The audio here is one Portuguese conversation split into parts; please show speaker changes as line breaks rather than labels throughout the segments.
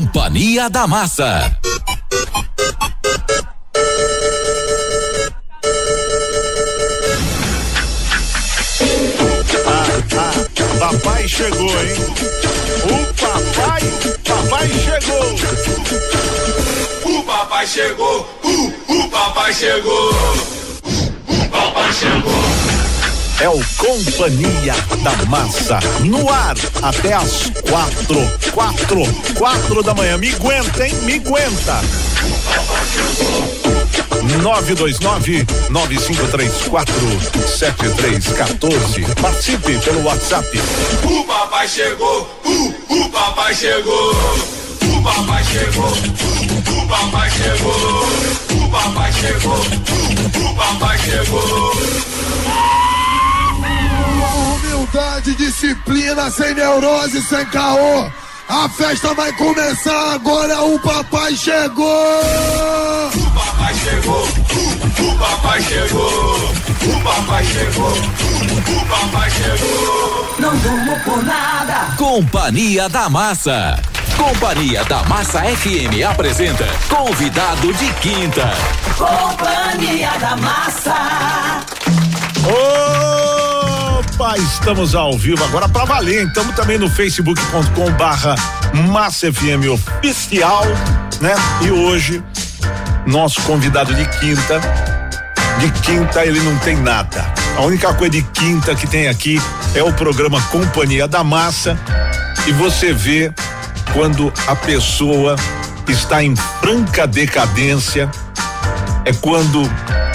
Companhia da Massa.
Papai chegou, hein? O papai, papai chegou.
O papai chegou, o, o papai chegou. O papai chegou.
É o Companhia da Massa. No ar, até as quatro, quatro, quatro da manhã. Me aguenta, hein? Me aguenta. 929-9534-7314. Participe pelo WhatsApp.
O papai chegou, o, o papai chegou. O papai chegou, o, o papai chegou. O papai chegou, o, o papai chegou
humildade, disciplina, sem neurose, sem caô. A festa vai começar agora, o papai chegou!
O papai chegou, o, o papai chegou, o papai chegou, o, o papai chegou.
Não durmo por nada.
Companhia da Massa. Companhia da Massa FM apresenta Convidado de Quinta.
Companhia da Massa.
Oh! Opa, estamos ao vivo agora para valer. Estamos também no facebook.com barra MassaFM Oficial, né? E hoje, nosso convidado de quinta, de quinta ele não tem nada. A única coisa de quinta que tem aqui é o programa Companhia da Massa e você vê quando a pessoa está em franca decadência, é quando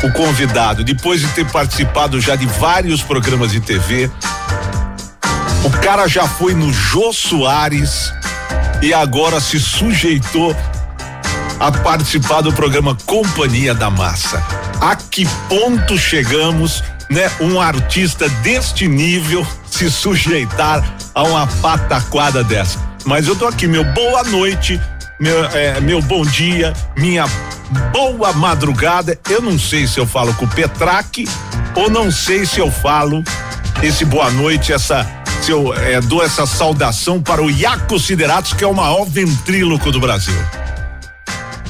o convidado, depois de ter participado já de vários programas de TV, o cara já foi no Jô Soares e agora se sujeitou a participar do programa Companhia da Massa. A que ponto chegamos, né? Um artista deste nível se sujeitar a uma pataquada dessa. Mas eu tô aqui, meu boa noite, meu, é, meu bom dia, minha boa madrugada. Eu não sei se eu falo com o Petraque ou não sei se eu falo esse boa noite, essa se eu é, dou essa saudação para o Iaco Sideratos, que é o maior ventríloco do Brasil.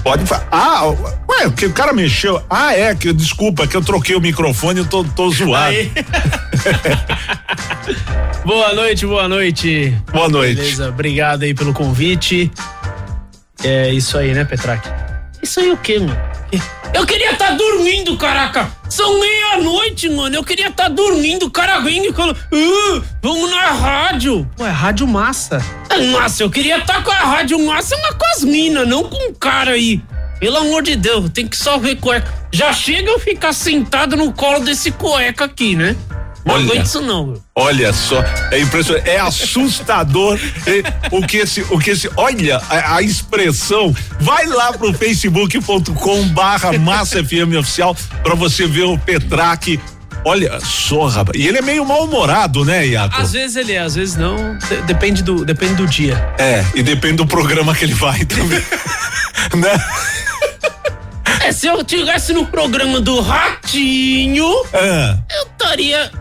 Pode falar. Ah, ué, que o cara mexeu. Ah, é, que desculpa, que eu troquei o microfone, eu tô, tô zoado.
boa noite, boa noite.
Boa noite.
Beleza, obrigado aí pelo convite. É isso aí, né, Petraque? Isso aí o quê, mano? Eu queria estar tá dormindo, caraca! São meia-noite, mano! Eu queria estar tá dormindo, o cara vem e fala, uh, vamos na rádio! Ué, rádio massa. Nossa, eu queria estar tá com a rádio massa, mas com as minas, não com o cara aí. Pelo amor de Deus, tem que só ver cueca. Já chega eu ficar sentado no colo desse cueca aqui, né? Não olha, aguento isso não. Meu.
Olha só, é impressionante, é assustador o que esse, o que esse, olha a, a expressão, vai lá pro facebook.com barra massa FM oficial pra você ver o Petraque Olha só, rapaz. E ele é meio mal-humorado, né, Iaco?
Às vezes ele é, às vezes não. De depende, do, depende do dia.
É, e depende do programa que ele vai também. né?
É, se eu tivesse no programa do Ratinho, ah. eu estaria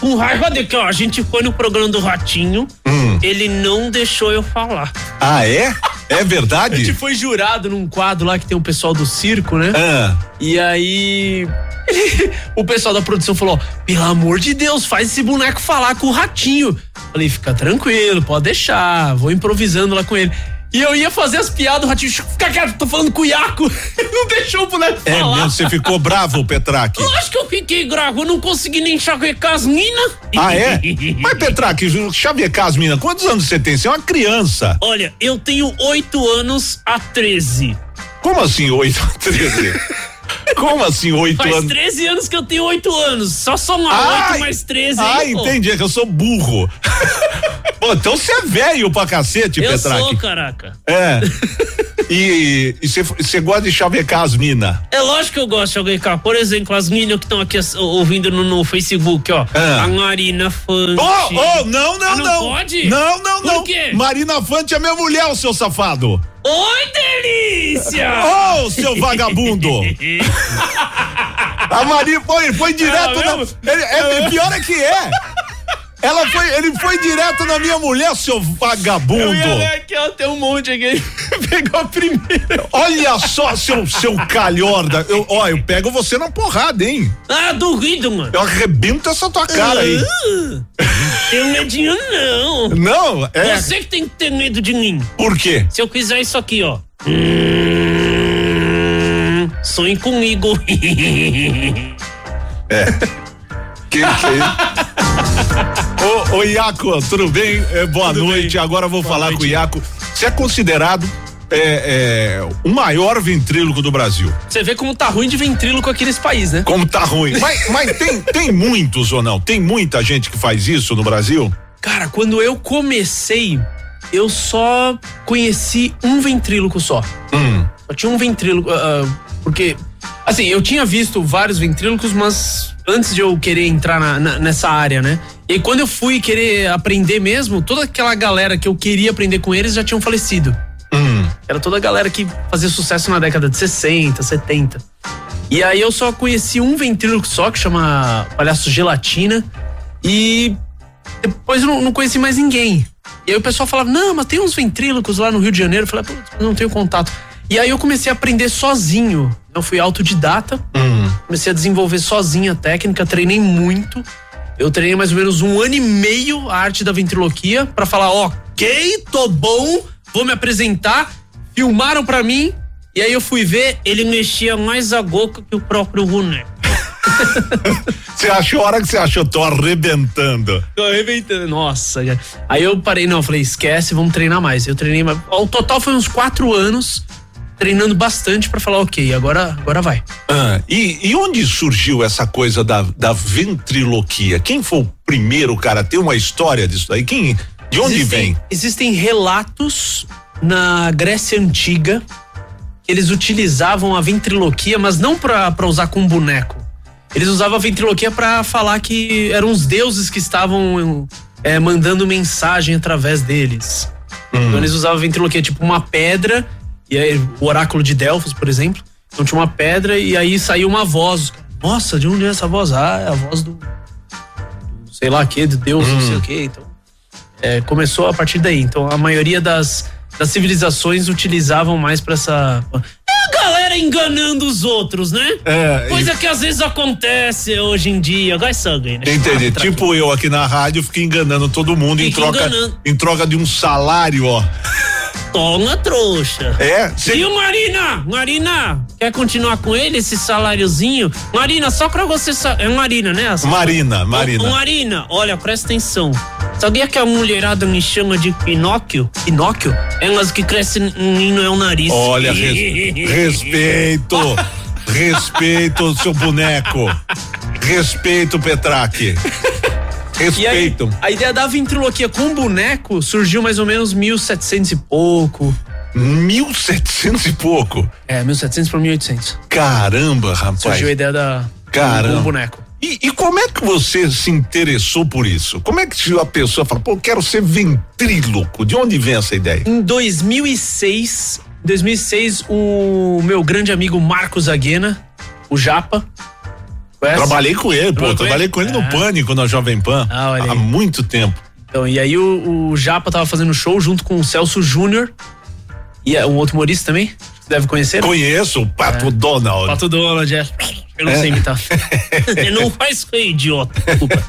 com raiva de que ó, a gente foi no programa do Ratinho, hum. ele não deixou eu falar.
Ah, é? É verdade?
a gente foi jurado num quadro lá que tem o um pessoal do circo, né? Ah. E aí. Ele, o pessoal da produção falou: pelo amor de Deus, faz esse boneco falar com o ratinho. Falei, fica tranquilo, pode deixar, vou improvisando lá com ele. E eu ia fazer as piadas, o Ratinho, fica quieto, tô falando com o Iaco. Ele não deixou o boneco
é,
falar. É
mesmo, você ficou bravo, Petraque.
Lógico que eu fiquei bravo, eu não consegui nem chavecar as minas.
Ah, é? Mas, Petraque, chavecar as minas, quantos anos você tem? Você é uma criança.
Olha, eu tenho 8 anos a 13.
Como assim 8 a 13? Como assim, 8
Faz
anos?
Faz 13 anos que eu tenho 8 anos. Só somar ah, 8 mais 13.
Ah, hein, entendi. É que eu sou burro. Pô, então você é velho pra cacete,
eu
Petraque.
Eu sou, caraca.
É. E você gosta de chavecar as minas?
É lógico que eu gosto de chavecar. Por exemplo, as minas que estão aqui ouvindo no, no Facebook, ó. É. A Marina Fante.
Oh, oh, não, não, ah,
não.
Não
pode?
Não, não, não.
Por quê?
Marina Fante é minha mulher, o seu safado.
Oi, delícia!
Ô, oh, seu vagabundo!
oh!
A Maria foi, foi direto. É, na, é, é, pior é que é. Ela foi, ele foi direto na minha mulher, seu vagabundo.
Eu ia ler aqui, ó, tem um monte aqui. Pegou a primeira.
Olha só, seu, seu calhorda. Eu, ó, eu pego você na porrada, hein?
Ah, duvido, mano.
Eu arrebento essa tua cara aí.
Ah, tenho medinho, não.
Não, é.
Você que tem que ter medo de mim.
Por quê?
Se eu quiser isso aqui, ó. Hum, Sonhe comigo.
Que, é que... ô, ô, Iaco, tudo bem? É, boa noite. Agora eu vou falar com o Iaco. Você é considerado é, é, o maior ventríloco do Brasil.
Você vê como tá ruim de ventríloco aqui nesse país, né?
Como tá ruim. Mas, mas tem, tem muitos ou não? Tem muita gente que faz isso no Brasil?
Cara, quando eu comecei, eu só conheci um ventríloco só. Só tinha um ventríloco. ah, ah, porque, assim, eu tinha visto vários ventrílocos, mas antes de eu querer entrar na- na- nessa área, né? E aí, quando eu fui querer aprender mesmo, toda aquela galera que eu queria aprender com eles já tinham falecido. Era toda a galera que fazia sucesso na década de 60, 70. E aí eu só conheci um ventríloco só, que chama Palhaço Gelatina. E depois eu não, não conheci mais ninguém. E aí o pessoal falava, não, mas tem uns ventrílocos lá no Rio de Janeiro. Eu falei, "Ah, "Putz, não tenho contato. E aí eu comecei a aprender sozinho. Eu fui autodidata, comecei a desenvolver sozinho a técnica, treinei muito. Eu treinei mais ou menos um ano e meio a arte da ventriloquia pra falar, ok, tô bom, vou me apresentar. Filmaram pra mim, e aí eu fui ver, ele mexia mais a boca que o próprio boneco.
Você achou a hora que você achou? Tô arrebentando.
Tô arrebentando. Nossa, cara. Aí eu parei, não, eu falei, esquece, vamos treinar mais. Eu treinei, mais- ao total foi uns quatro anos treinando bastante pra falar, ok, agora, agora vai.
Ah, e, e onde surgiu essa coisa da, da ventriloquia? Quem foi o primeiro cara? Tem uma história disso daí? Quem, de onde
existem,
vem?
Existem relatos na Grécia Antiga que eles utilizavam a ventriloquia, mas não pra pra usar com um boneco. Eles usavam a ventriloquia pra falar que eram os deuses que estavam eh, mandando mensagem através deles.
Uhum.
Então eles usavam a ventriloquia, tipo uma pedra, e aí o oráculo de Delfos, por exemplo. Então tinha uma pedra e aí saiu uma voz. Nossa, de onde é essa voz? Ah, é a voz do. do sei lá que, de Deus, não
Uhum.
sei o que. Então é, começou a partir daí. Então a maioria das, das civilizações utilizavam mais pra essa. É a galera enganando os outros, né?
É,
Coisa que às vezes acontece hoje em dia. Gás sangue, né?
Entendi. tipo eu aqui na rádio, fiquei enganando todo mundo em
Fica
troca,
enganando.
em troca de um salário, ó.
Toma trouxa.
É? Cê-
Viu, Marina? Marina, quer continuar com ele, esse saláriozinho? Marina, só pra você. sa- É Marina, né? Essa?
Marina,
Ô,
Marina.
Marina, olha, presta atenção. Sabia que a mulherada me chama de Pinóquio? Pinóquio? Elas que crescem em não é o nariz.
Olha, res- respeito. respeito, seu boneco. Respeito, Petraque.
E aí,
Respeito.
a ideia da ventriloquia com um boneco surgiu mais ou menos 1700 e pouco.
1700 e pouco.
É, 1700 para 1800.
Caramba, rapaz.
Surgiu a ideia da
Caramba.
com um boneco.
E, e como é que você se interessou por isso? Como é que a pessoa fala, pô, eu quero ser ventríloco? De onde vem essa ideia?
Em 2006, 2006 o meu grande amigo Marcos Aguena, o Japa, conhece?
Trabalhei com ele, pô.
Trabalhou É assim. com
Trabalhei
ele?
com ele no
Ah.
Pânico, na Jovem Pan.
Ah, olha
há
aí.
muito tempo.
Então, e aí o, o Japa tava fazendo show junto com o Celso Júnior e é, um outro humorista também, que você deve conhecer.
Conheço o Pato Donald.
É. Pato Donald, é. Eu não sei imitar. Ele não faz que é idiota, desculpa.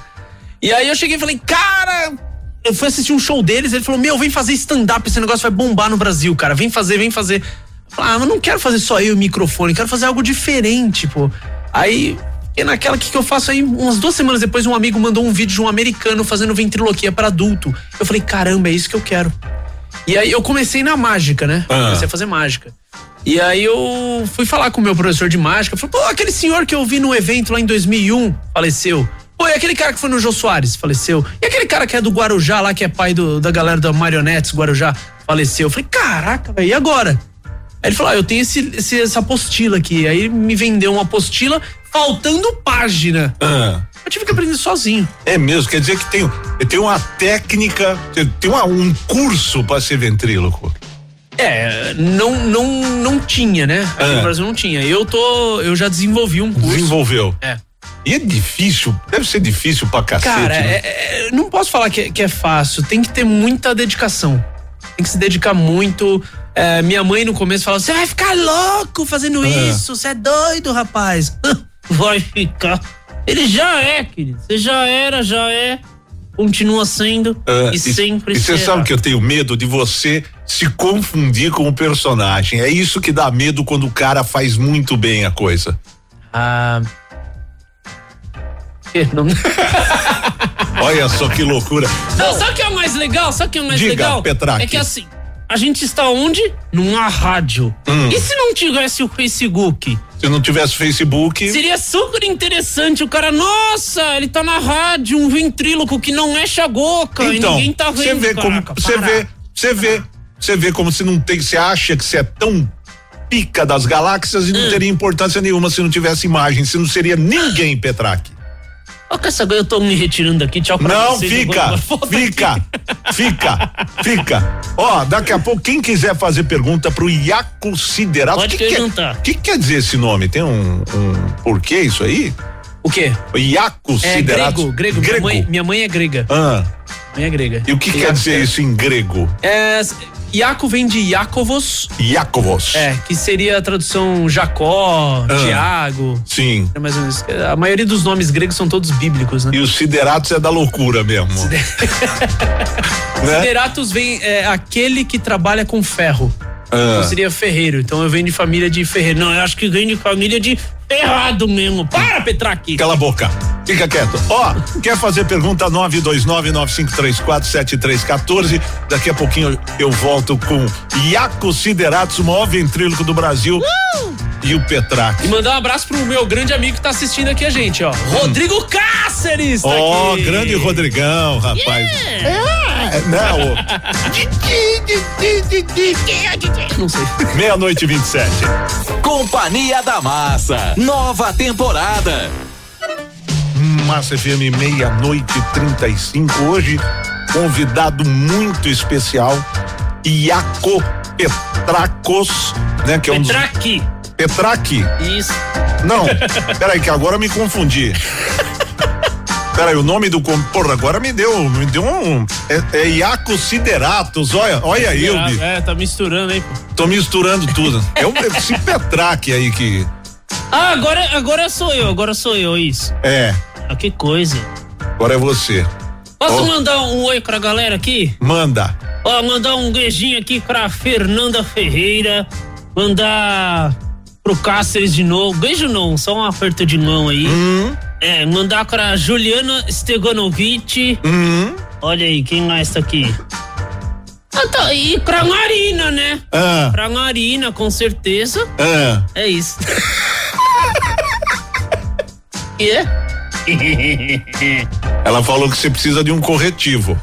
E aí eu cheguei e falei, cara, eu fui assistir um show deles, ele falou, meu, vem fazer stand-up, esse negócio vai bombar no Brasil, cara. Vem fazer, vem fazer. Eu falei, ah, mas não quero fazer só eu e o microfone, quero fazer algo diferente, pô. Aí, e naquela, o que, que eu faço? Aí, umas duas semanas depois, um amigo mandou um vídeo de um americano fazendo ventriloquia para adulto. Eu falei, caramba, é isso que eu quero. E aí eu comecei na mágica, né?
Ah.
Comecei a fazer mágica. E aí eu fui falar com o meu professor de mágica, falei, pô, aquele senhor que eu vi no evento lá em 2001, faleceu. Pô, e aquele cara que foi no Jô Soares, faleceu. E aquele cara que é do Guarujá lá, que é pai do- da galera da Marionetes Guarujá, faleceu. Eu falei, caraca, velho, e agora? Aí ele falou, ah, eu tenho esse, esse- essa apostila aqui. Aí ele me vendeu uma apostila faltando página.
Ah,
Eu tive que aprender sozinho.
é mesmo, quer dizer que tem, tem uma técnica, tem- tem uma- um curso pra ser ventríloco.
É, não, não, não tinha, né? Aqui
Ah.
no Brasil não tinha. Eu tô. Eu já desenvolvi um curso.
Desenvolveu.
É.
E é difícil, deve ser difícil pra cacete.
Cara,
né?
é- é- não posso falar que, é- que é fácil. Tem que ter muita dedicação. Tem que se dedicar muito. É, minha mãe no começo falava: Você vai ficar louco fazendo isso. Você é doido, rapaz. Vai ficar. Ele já é, querido. Você já era, já é. Continua sendo
Ah,
e, sempre
E você
será.
sabe que eu tenho medo de você se confundir com o personagem. É isso que dá medo quando o cara faz muito bem a coisa.
Ah. que Não...
Olha só que loucura.
Não, sabe o que é o mais legal? Sabe o que é o mais
Diga,
legal?
Petraki.
É que assim, a gente está onde? Numa rádio.
Hum.
E se não tivesse o Facebook?
Se não tivesse Facebook,
Seria super interessante o cara, nossa, ele tá na rádio, um ventríloco que não mexe a boca e
então
ninguém tá
você
vendo.
vê como
caraca,
você
para.
vê, você vê, você vê como se não tem, você acha que você é tão pica das galáxias
Hum.
e não teria importância nenhuma se não tivesse imagem, se não seria ninguém, Petraque.
Ó, quer saber? Eu tô me retirando aqui, tchau pra
Não,
vocês,
fica,
agora volta aqui.
fica, fica, fica. Ó, daqui a pouco, quem quiser fazer pergunta pro Iaco Siderato.
Pode
que é?
perguntar.
O que quer dizer esse nome? Tem um, um porquê isso aí?
O quê?
Iaco
É
Siderato.
grego, grego. Minha, mãe, minha mãe é grega.
Ah,
Minha mãe é grega.
e o que quer
Iaco-
dizer isso em grego?
É, Iaco vem de Iacovos,
Iacovos.
é, que seria a tradução Jacó,
Ah.
Tiago.
Sim.
É mais ou menos. A maioria dos nomes gregos são todos bíblicos, né?
E o Sideratos é da loucura mesmo. né?
Sideratus vem é, aquele que trabalha com ferro.
Ah.
Eu seria ferreiro, então eu venho de família de ferreiro. Não, eu acho que venho de família de ferrado mesmo. Para, Petraqui!
Cala a boca. Fica quieto. Ó, quer fazer pergunta 929-9534-7314. Daqui a pouquinho eu volto com Iaco Sideratos, o maior ventríloco do Brasil. Uh! E o Petraque.
E mandar um abraço pro meu grande amigo que tá assistindo aqui a gente, ó. Rodrigo Cáceres! Tá
Ó,
aqui.
grande Rodrigão, rapaz. É, não.
Não sei.
Meia-noite e 27.
Companhia da Massa, nova temporada.
Massa FM, meia-noite e 35. Hoje, convidado muito especial, Iaco Petracos, né? Que é um dos-
Petraqui!
Petraque?
Isso.
Não, peraí, que agora eu me confundi. Peraí, o nome do. com- Porra, agora me deu. Me deu um. É, é Iaco Sideratos, olha, olha aí, eu me-
É, tá misturando aí, pô.
tô misturando tudo. É um, esse Petraque aí que.
Ah, agora, agora sou eu, agora sou eu, isso.
É,
Ah, que coisa.
agora é você.
Posso
Oh.
mandar um oi pra galera aqui?
Manda.
Ó, mandar um beijinho aqui pra Fernanda Ferreira. Mandar pro Cáceres de novo. Beijo não, só um aperto de mão aí. É, mandar pra Juliana Steganovic.
Hum,
Olha aí, quem mais tá aqui? Ah, tá, e pra Marina, né?
ah,
Pra Marina, com certeza.
ah.
É isso. E é?
Ela falou que você precisa de um corretivo.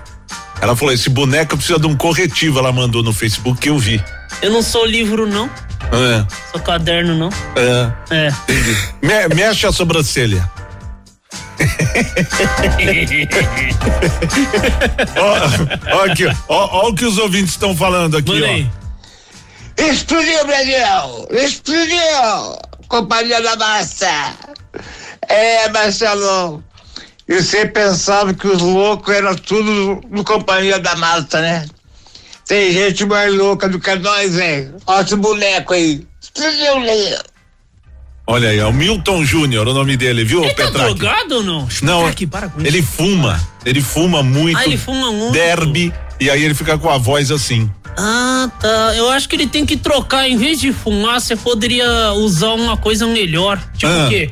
Ela falou: esse boneco precisa de um corretivo. Ela mandou no Facebook que eu vi.
Eu não sou livro, não.
Ah,
Sou caderno, não.
ah.
É.
Me- mexe a sobrancelha. ó, ó aqui, ó, ó o que os ouvintes estão falando aqui,
Manda
ó.
aí.
Estúdio Brasil! Estúdio! Companhia da Massa! É, Marcelo, e você pensava que os loucos eram tudo no Companhia da Massa, né? Tem gente mais louca do que nós, hein? Olha esse boneco aí. Estúdio Brasil!
Olha aí, ó, o Milton Júnior, o nome dele, viu,
Ele tá
Petraque?
drogado ou não?
Não,
Petraqui, para com isso.
ele fuma, ele fuma muito,
Ah, ele fuma muito.
derby, e aí ele fica com a voz assim.
Ah, tá. Eu acho que ele tem que trocar. Em vez de fumar, você poderia usar uma coisa melhor. Tipo
Ah.
o quê?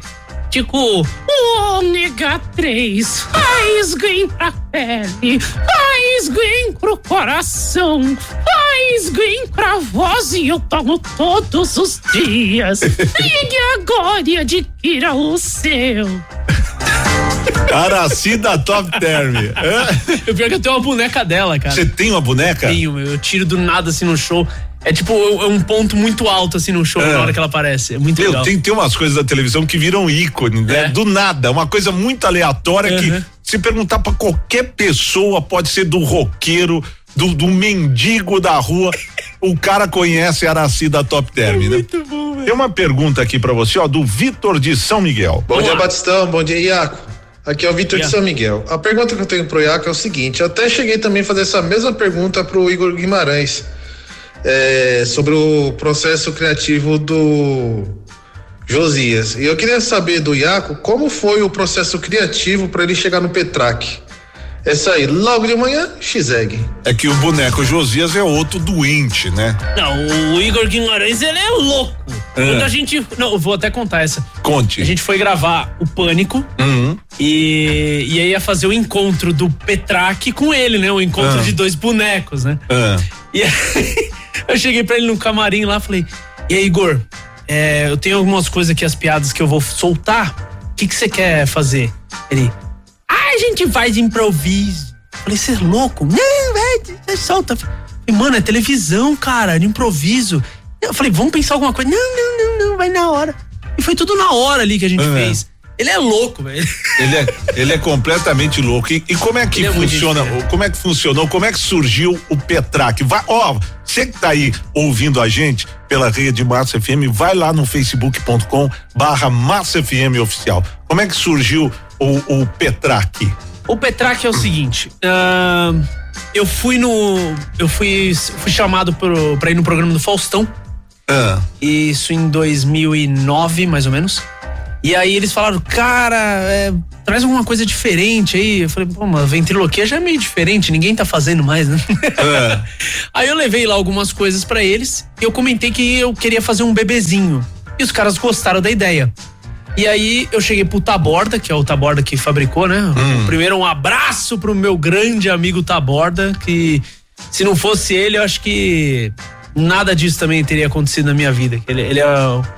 Tipo, o ômega 3 faz bem pra pele, faz bem pro coração, faz bem pra voz e eu tomo todos os dias. Ligue agora e adquira o seu.
Aracida Top Term. Hã?
Eu pior que eu tenho uma boneca dela, cara.
Você tem uma boneca?
Tenho, meu. Eu tiro do nada assim no show. É tipo é um ponto muito alto assim no show
É.
na hora que ela aparece. É muito
Meu,
legal.
tem, tem umas coisas da televisão que viram ícone, né?
É.
Do nada, uma coisa muito aleatória
Uhum.
que se perguntar pra qualquer pessoa, pode ser do roqueiro, do, do mendigo da rua, o cara conhece a Aracida Top Term, né?
É Muito bom, velho.
Tem uma pergunta aqui pra você, ó, do Vitor de São Miguel.
Bom dia, Batistão. Bom dia, Iaco. Aqui é o Vitor de
Iaco.
São Miguel. A pergunta que eu tenho pro Iaco é o seguinte: eu até cheguei também a fazer essa mesma pergunta pro Igor Guimarães é, sobre o processo criativo do Josias. E eu queria saber do Iaco como foi o processo criativo para ele chegar no Petrac. Essa aí, logo de manhã, X-Egg.
É que o boneco Josias é outro doente, né?
Não, o Igor Guimarães, ele é louco. Quando a gente. Não, eu vou até contar essa.
Conte.
A gente foi gravar o Pânico
Uhum.
e, e aí ia fazer o encontro do Petraque com ele, né? O encontro
Ah.
de dois bonecos, né?
Ah,
E aí, eu cheguei pra ele no camarim lá falei: E aí, Igor, é, eu tenho algumas coisas aqui, as piadas que eu vou soltar. O que que você quer fazer? Ele. Ah, a gente faz improviso. Eu Falei, você é louco? Não, velho, você solta. Eu Falei, mano, é televisão, cara, é improviso. Eu falei, vamos pensar alguma coisa. Não, não, não, não, vai na hora. E foi tudo na hora ali que a gente
Ah.
fez. Ele é louco, velho.
ele, é, ele é completamente louco. E, e como é que
Ele é muito
funciona?
diferente.
como é que funcionou? Como é que surgiu o Petrac? Vai, ó, você que tá aí ouvindo a gente pela rede Massa FM, vai lá no facebook.com barra Massa FM Oficial. Como é que surgiu o, o Petrac?
O Petraque é o seguinte. ahn, eu fui no. Eu fui, fui chamado pro, pra ir no programa do Faustão.
Ah,
Isso em 2009, mais ou menos. E aí eles falaram, cara, é, traz alguma coisa diferente aí. Eu falei, pô, mas ventriloquia já é meio diferente, ninguém tá fazendo mais, né?
ah,
Aí eu levei lá algumas coisas pra eles e eu comentei que eu queria fazer um bebezinho. E os caras gostaram da ideia. E aí eu cheguei pro Taborda, que é o Taborda que fabricou, né? Primeiro um abraço pro meu grande amigo Taborda, que se não fosse ele, eu acho que nada disso também teria acontecido na minha vida. Ele, ele é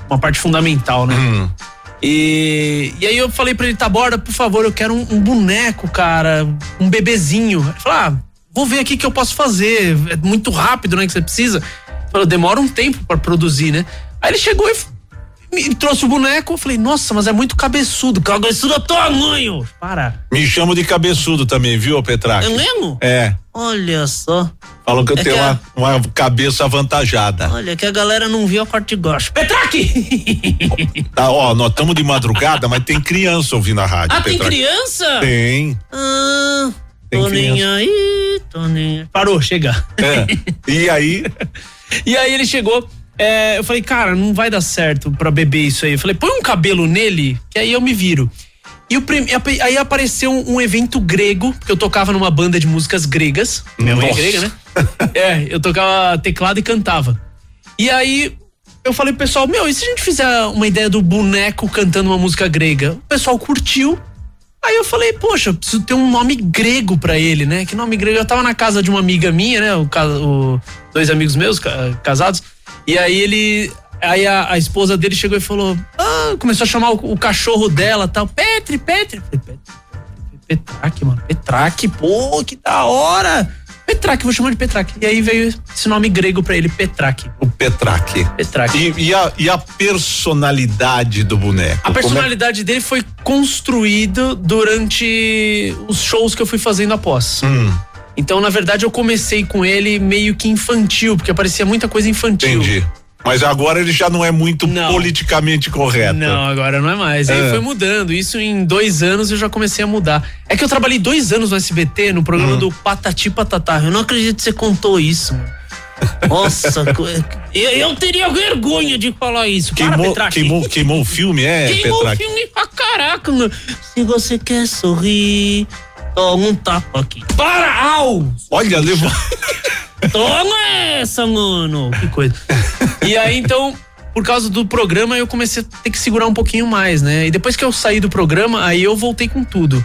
uma parte fundamental, né? E, e aí eu falei pra ele, Taborda, por favor, eu quero um, um boneco, cara, um bebezinho. Ele falou, ah, vou ver aqui o que eu posso fazer. É muito rápido, né, que você precisa. Ele Falou, demora um tempo pra produzir, né? Aí ele chegou e f- me trouxe o boneco. Eu falei, nossa, mas é muito cabeçudo. Cabeçudo é tamanho. Para.
me chamo de cabeçudo também, viu, Petrac?
É mesmo?
É.
Olha só.
Falou que eu
É
tenho
que
uma, uma cabeça avantajada.
Olha, que a galera não viu a corte gosta. Petraque!
Tá, ó, nós estamos de madrugada, mas tem criança ouvindo a rádio.
ah, tem
Petrac.
criança?
Tem.
Ah,
Tem
tô nem
criança.
aí, tô nem... Parou, chega.
É. E aí,
E aí ele chegou. é, eu falei, cara, não vai dar certo pra beber isso aí. Eu falei, põe um cabelo nele, que aí eu me viro. E o prim- e ape- aí apareceu um, um evento grego, porque eu tocava numa banda de músicas gregas. Minha mãe é
Nossa.
grega, né? é, eu tocava teclado e cantava. E aí eu falei pro pessoal, meu, e se a gente fizer uma ideia do boneco cantando uma música grega? O pessoal curtiu. Aí eu falei, poxa, eu preciso ter um nome grego pra ele, né? Que nome grego? Eu tava na casa de uma amiga minha, né? O, ca- o- dois amigos meus ca- casados. E aí ele. Aí a, a esposa dele chegou e falou: ah, começou a chamar o, o cachorro dela tal. Petri, Petri. Eu falei, Petri. Petraque, mano. Petraque, pô, que da hora! Petraque, vou chamar de Petraque. E aí veio esse nome grego pra ele, Petraque.
o Petraque.
Petraque.
E, e a, e a personalidade do boneco?
A
Como é-
personalidade dele foi construída durante os shows que eu fui fazendo após.
Hum,
Então, na verdade, eu comecei com ele meio que infantil, porque aparecia muita coisa infantil.
entendi. Mas agora ele já não é muito
Não.
politicamente correto.
Não, agora não é mais. Aí
É.
foi mudando. Isso em dois anos eu já comecei a mudar. É que eu trabalhei dois anos no SBT, no
Hum.
programa do Patati Patatá. Eu não acredito que você contou isso, mano. Nossa, co- eu, eu teria vergonha de falar isso. Para,
Queimou,
Petraque.
queimou, queimou o filme, é,
Queimou o
Petraque?
um filme pra caraca, mano. Se você quer sorrir, toma um tapa aqui. Para, au!
Olha, levou.
Toma essa, mano! Que coisa. E aí, então, por causa do programa, eu comecei a ter que segurar um pouquinho mais, né? E depois que eu saí do programa, aí eu voltei com tudo.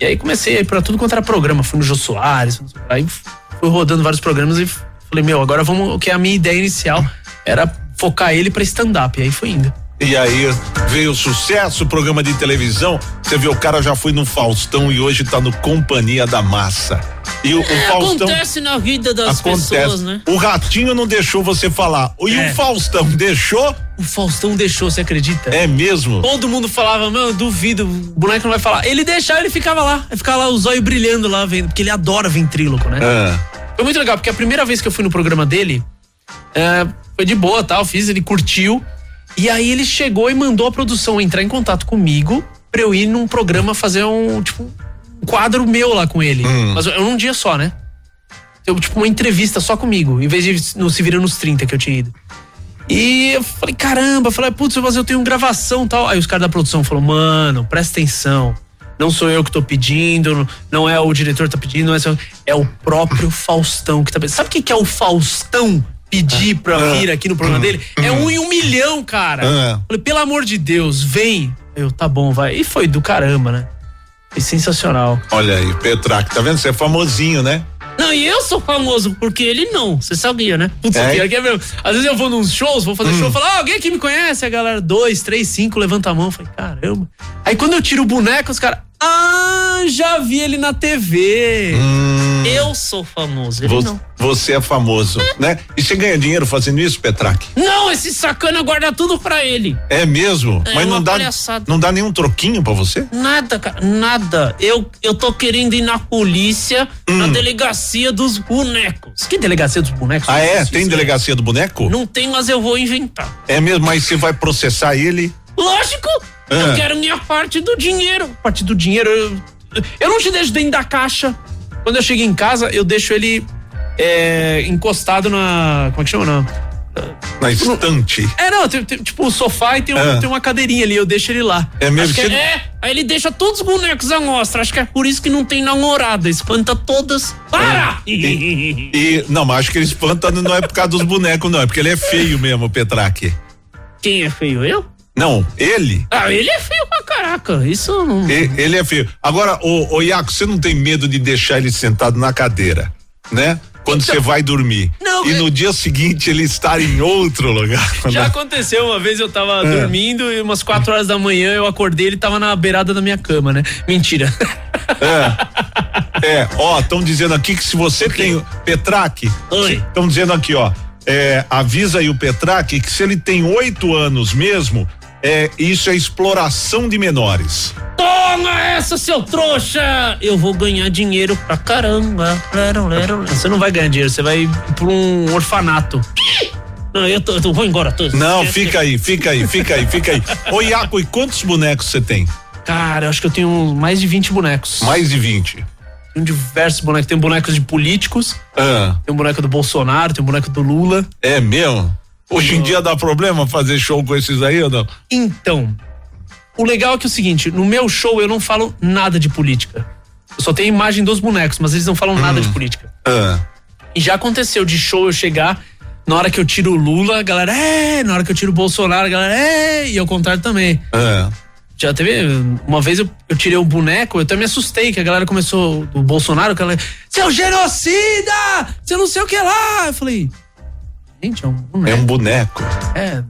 E aí comecei a ir pra tudo quanto era programa. Fui no Jô Soares, fui no- aí fui rodando vários programas e falei, meu, agora vamos. O que é a minha ideia inicial era focar ele pra stand-up. E aí foi indo.
E aí veio o sucesso, programa de televisão. Você vê, o cara já foi no Faustão e hoje tá no Companhia da Massa. E o, o
É,
Faustão.
na vida das né?
O ratinho não deixou você falar. E
É.
o Faustão deixou?
O Faustão deixou, você acredita?
É mesmo?
Todo mundo falava, meu, duvido, o boneco não vai falar. Ele deixava, ele ficava lá. Ele ficava lá, os olhos brilhando lá, vendo. Porque ele adora ventríloco, né?
Ah,
Foi muito é, legal, porque a primeira vez que eu fui no programa dele, é, foi de boa, tal, fiz, ele curtiu. E aí ele chegou e mandou a produção entrar em contato comigo pra eu ir num programa fazer um, tipo, um quadro meu lá com ele. Mas eu num dia só, né? Eu, tipo, uma entrevista só comigo, em vez de no Se Vira nos 30 que eu tinha ido. E eu falei, caramba, eu falei, putz, mas eu tenho gravação e tal. Aí os caras da produção falaram, mano, presta atenção. Não sou eu que tô pedindo, não é o diretor que tá pedindo, não é, seu- é o próprio Faustão que tá pedindo. Sabe o que, que é o Faustão pedir pra vir aqui no programa dele? É um em um milhão, cara.
Ah.
Falei, pelo amor de Deus, vem. Eu, tá bom, vai. E foi do caramba, né? Foi sensacional.
Olha aí, Petraque, tá vendo? Você é famosinho, né?
Não, e eu sou famoso, porque ele não. Você sabia, né? Putz,
É? Hum.
pior que é mesmo. Às vezes eu vou nos shows, vou fazer show, eu falo, ah, alguém aqui me conhece? A galera, dois, três, cinco, levanta a mão. Eu falei, caramba. Aí quando eu tiro o boneco, os caras, ah, já vi ele na TV. Eu sou famoso, ele
Vo-
não.
Hum. Você é famoso, né? E você ganha dinheiro fazendo isso, Petraque?
Não, esse sacana guarda tudo pra ele.
É mesmo?
É
Mas
uma
não dá,
palhaçada.
não dá nenhum troquinho pra você?
Nada, cara, nada. Eu, eu tô querendo ir na polícia, na
Hum.
delegacia dos bonecos. Que delegacia dos bonecos?
Ah, é?
Isso,
Tem
isso,
delegacia do boneco?
Não tem, mas eu vou inventar.
É mesmo, mas você vai processar ele?
Lógico!
Ah.
Eu quero minha parte do dinheiro. É. Parte do dinheiro, eu, eu não te deixo dentro da caixa. Quando eu chego em casa, eu deixo ele é, encostado na. Como é que chama? Na,
Na estante.
é, não, tem, tem, tipo o sofá e tem, um-
Ah.
tem uma cadeirinha ali, eu deixo ele lá.
É mesmo?
Acho que
Você-
é, é, aí ele deixa todos os bonecos à mostra. Acho que é por isso que não tem namorada. Espanta todas. Para!
É. E, não, mas acho que ele espanta não é por causa dos bonecos, não. É porque ele é feio mesmo, Petraque.
Quem é feio? Eu?
Não, ele?
Ah, ele é feio pra caraca. Isso eu não.
E- ele é feio. Agora, ô, ô Iaco, você não tem medo de deixar ele sentado na cadeira, né? Quando você vai dormir.
Então. Não,
e
eu-
no dia seguinte ele estar em outro lugar.
Já
né?
aconteceu uma vez, eu tava dormindo e umas 4 horas da manhã eu acordei ele tava na beirada da minha cama, né? Mentira.
É, ó, estão dizendo aqui que se você tem. Petraque,
Oi.
estão dizendo aqui, ó. é, avisa aí o Petraque que se ele tem oito anos mesmo, é, isso é exploração de menores.
Toma essa, seu trouxa! Eu vou ganhar dinheiro pra caramba. Lero, lero, lero. Você não vai ganhar dinheiro, você vai pra um orfanato. Não, eu, tô, eu tô- vou embora. Tô,
Não, fica aí, fica aí, fica aí, fica aí. Ô, Iaco, e quantos bonecos você tem?
Cara, eu acho que eu tenho mais de 20 bonecos.
Mais de 20.
Tenho diversos bonecos. Tem bonecos de políticos,
Ah,
tem um boneco do Bolsonaro, tem um boneco do Lula.
é mesmo? Hoje em dia dá problema fazer show com esses aí ou não?
Então, o legal é que é o seguinte: no meu show eu não falo nada de política. Eu só tenho a imagem dos bonecos, mas eles não falam nada de política.
Ah,
E já aconteceu de show eu chegar, na hora que eu tiro o Lula, a galera, é, na hora que eu tiro o Bolsonaro, a galera, é, e ao contrário também.
ah,
Já teve. Uma vez eu, eu tirei um boneco, eu até me assustei, que a galera começou. O Bolsonaro, que ela. Seu genocida! Seu não sei o que lá! Eu falei. Gente, é um
é
boneco.
um boneco.
É.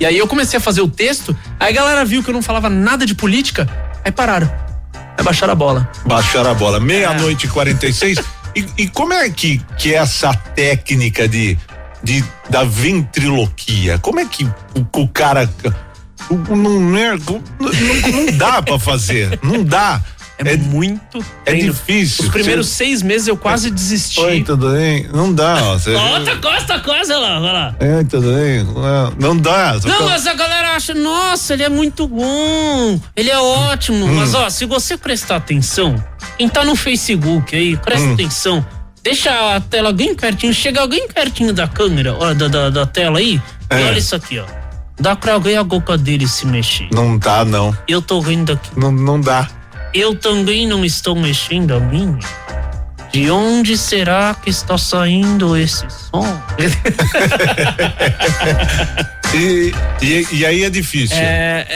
E aí eu comecei a fazer o texto, aí a galera viu que eu não falava nada de política, aí pararam. Aí baixaram a bola.
Baixaram a bola. Meia-noite
É.
e 46. E, e como é que, que é essa técnica de, de da ventriloquia? Como é que o, o cara. o- o- Não, é- não, não- não dá pra fazer. Não dá.
É,
É,
muito
é
treino.
difícil. então.
Os primeiros seis meses eu quase desisti.
Oi, tudo bem? Não dá. ó, Você,
Outra costa, coisa olha lá, olha lá.
é, tudo bem? Não, não dá.
Não, é- mas a galera acha, nossa, ele é muito bom, ele é ótimo. Mas ó, se você prestar atenção, quem tá no Facebook aí, presta atenção. Deixa a tela bem pertinho, chega alguém pertinho da câmera, ó, da, da, da tela aí,
É.
e olha isso aqui, ó. Dá pra ver a boca dele se mexer.
Não dá, não.
Eu tô vendo aqui.
Não, não dá.
Eu também não estou mexendo a minha. De onde será que está saindo esse som?
E, e, e aí é difícil.
é,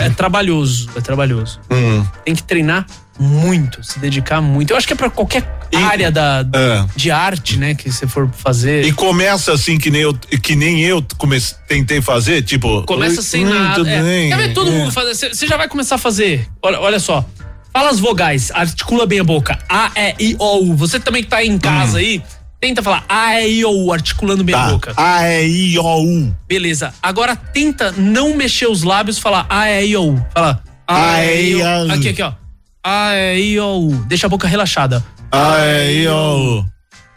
é, é trabalhoso, é trabalhoso.
Hum,
tem que treinar muito, se dedicar muito. Eu acho que é pra qualquer
E-
área da,
é.
de arte, né, que você for fazer.
E começa assim que nem eu, que nem eu comece, tentei fazer, tipo.
Começa
"Oi,
sem
hum,
nada.
tudo
É,
bem?"
quer ver todo
É.
mundo fazer? Você- Você já vai começar a fazer. Olha, olha só. Fala as vogais, articula bem a boca. A, E, I, O, U. Você também que tá aí
Hum.
em casa aí, tenta falar A, E, I, O, U, articulando bem a
Tá.
boca.
A, E, I, O, U.
Beleza. Agora tenta não mexer os lábios, falar A, E, I, O, U. Fala A, E, I, O, U. Aqui, aqui, ó. A, E, I, O, U. Deixa a boca relaxada.
A, E, I, O, U.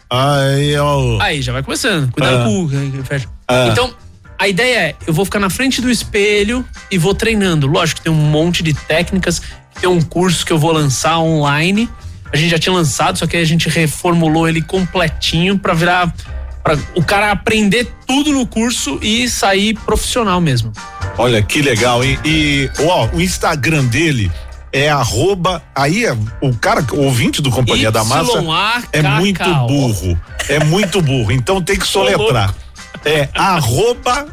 A, E, I, O, U.
Aí já vai começando. Cuidado
Ah.
com o cu. que Fecha.
Ah.
Então, a ideia é, eu vou ficar na frente do espelho e vou treinando. Lógico, tem um monte de técnicas, tem um curso que eu vou lançar online. A gente já tinha lançado, só que a gente reformulou ele completinho pra virar pra o cara aprender tudo no curso e sair profissional mesmo.
Olha que legal, hein? E ó, o Instagram dele é arroba. Aí é, o cara, o ouvinte do Companhia da Massa é
YAKKO.
muito burro. É muito burro. Então tem que soletrar. É arroba.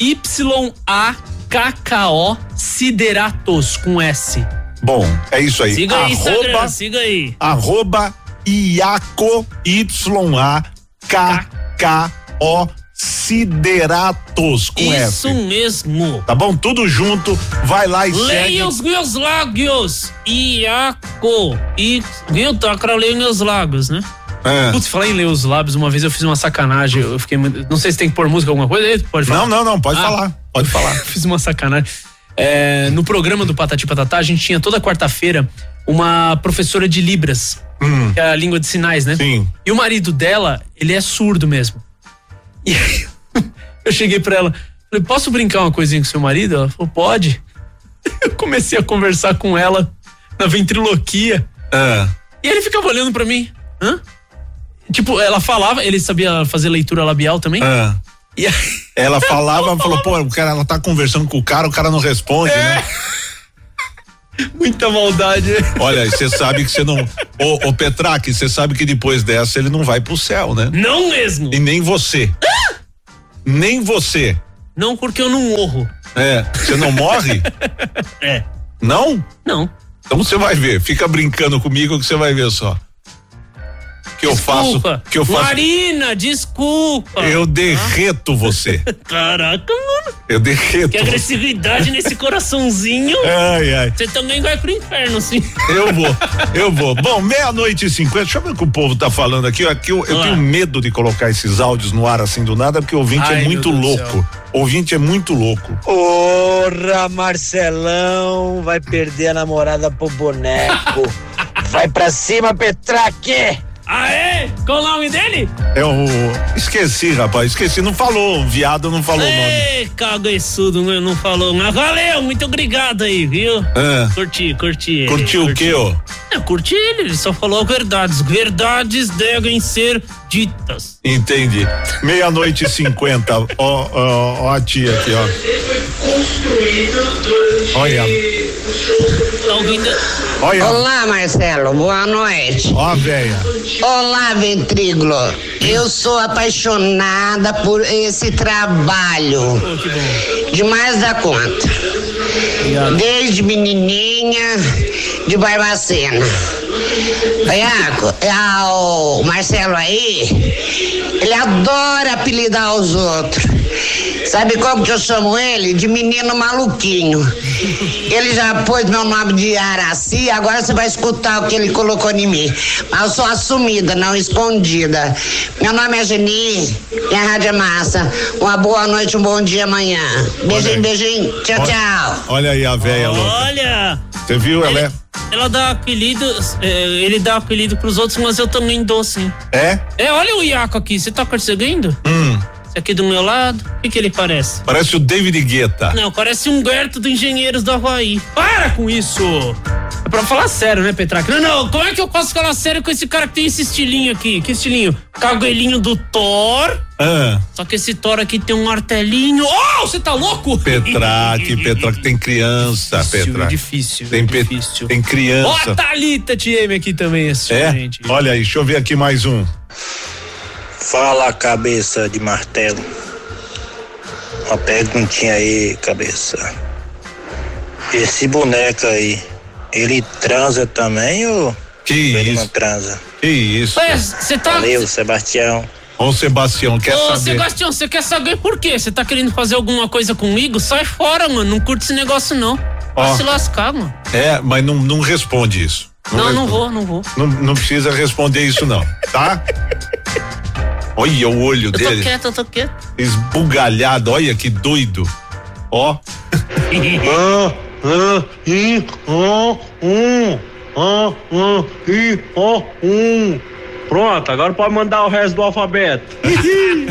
Y-A-K-K-O Sideratos com S.
Bom, é isso aí.
Siga aí, Instagram,
arroba,
siga aí.
arroba Iaco Y-A K K O Sideratos com
Isso
S.
mesmo.
Tá bom? Tudo junto. Vai lá e segue.
Leia os meus lábios. Iaco. E, viu? Tá pra ler meus lábios, né?
Ah.
Putz, falei em ler os lábios. Uma vez eu fiz uma sacanagem. Eu fiquei. muito- Não sei se tem que pôr música alguma coisa. aí, Pode falar.
Não, não, não. Pode
Ah.
falar. Pode falar.
fiz uma sacanagem. É, no programa do Patati Patatá, a gente tinha toda quarta-feira uma professora de Libras, que é a língua de sinais, né?
Hum. Sim.
E o marido dela, ele é surdo mesmo. E aí, eu cheguei pra ela, falei, posso brincar uma coisinha com seu marido? Ela falou, pode. Eu comecei a conversar com ela na ventriloquia.
Ah.
E ele ficava olhando pra mim, hã? Tipo, ela falava, ele sabia fazer leitura labial também.
Ah.
E aí,
Ela falava, falou, pô, o cara, ela tá conversando com o cara, o cara não responde, né?
É. muita maldade.
Olha, e você sabe que você não. Ô, ô Petraque, você sabe que depois dessa ele não vai pro céu, né?
Não mesmo.
E nem você. Nem você.
Não porque eu não morro.
É. Você não morre?
É.
Não?
Não.
Então você vai ver. Fica brincando comigo que você vai ver só. Que eu faço.
Desculpa.
Que eu faço.
Marina, desculpa.
Eu derreto você.
Caraca, mano.
Eu derreto.
Que
você.
agressividade nesse coraçãozinho.
Ai, ai.
Você também vai pro inferno, sim.
Eu vou, eu vou. Bom, meia-noite e cinquenta. Deixa eu ver o que o povo tá falando aqui. Aqui eu, eu
Olá.
tenho medo de colocar esses áudios no ar assim do nada, porque o ouvinte
Ai,
é
meu
muito
Deus do
louco. Ouvinte é muito louco.
Porra, Marcelão, vai perder a namorada pro boneco. Vai pra cima, Petraque!
Aê! Qual o nome dele?
É o. Esqueci, rapaz, esqueci. Não falou, o viado não falou o nome.
Ei, cagueçudo, não, não falou. Mas valeu, muito obrigado aí, viu?
Ah,
Curti, curti.
curtiu o quê, ó?
É, curti ele, ele só falou verdades. Verdades devem ser ditas.
Entendi. Meia-noite e cinquenta. Ó, ó, ó, a tia aqui, ó. Olha,
Tá ouvindo?
olha.
Olá, Marcelo, boa noite.
Ó, a véia.
Olá, Ventrículo. Eu sou apaixonada por esse trabalho,
Pô, que bom.
demais da conta. Desde menininha de Barbacena. Iaco, ah, o Marcelo aí, ele adora apelidar os outros. Sabe como que eu chamo ele? De menino maluquinho. Ele já pôs meu nome de Araci, agora você vai escutar o que ele colocou em mim. Mas eu sou assumida, não escondida. Meu nome é Geni, minha rádio é massa. Uma boa noite, um bom dia amanhã. Beijinho, beijinho. Tchau, tchau.
Olha aí a véia, louca.
Olha!
Você viu? Ela é.
Ela dá apelido, é, ele dá apelido pros outros, mas eu também dou sim.
É?
É, olha o Iaco aqui, você tá perseguindo?
Hum.
Esse aqui do meu lado, o que, que ele parece?
Parece o David Guetta.
Não, parece um Humberto do Engenheiros do Havaí. Para com isso! É pra falar sério, né, Petraca? Não, não, como é que eu posso falar sério com esse cara que tem esse estilinho aqui? Que estilinho? Caguelinho do Thor.
Ah.
Só que esse Thor aqui tem um martelinho. Oh, você tá louco?
Petraque, Petraque tem criança,
Difícil,
Tá, Petraque.
é difícil,
Tem, pe-
difícil.
tem
Ó,
criança.
a Thalita TM aqui também assistindo
é?
a gente.
Olha aí, deixa eu ver aqui mais um.
Fala, cabeça de martelo. Uma perguntinha aí, cabeça. Esse boneco aí, ele transa também ou
Que
ele não
isso,
transa?
que isso.
Ué, você tá.
Valeu, Sebastião.
Ô, Sebastião, quer
Ô,
saber?
Sebastião, você quer saber por quê? Você tá querendo fazer alguma coisa comigo? Sai fora, mano. Não curte esse negócio, não. Vai
Ó.
se lascar, mano.
É, mas não, não responde isso.
Não, não
responde.
vou, não vou.
Não, não precisa responder isso, não, tá? Olha o olho
Eu tô
dele,
quieto, eu tô quieto.
esbugalhado, olha que doido. Ó,
Pronto, agora pode mandar o resto do alfabeto.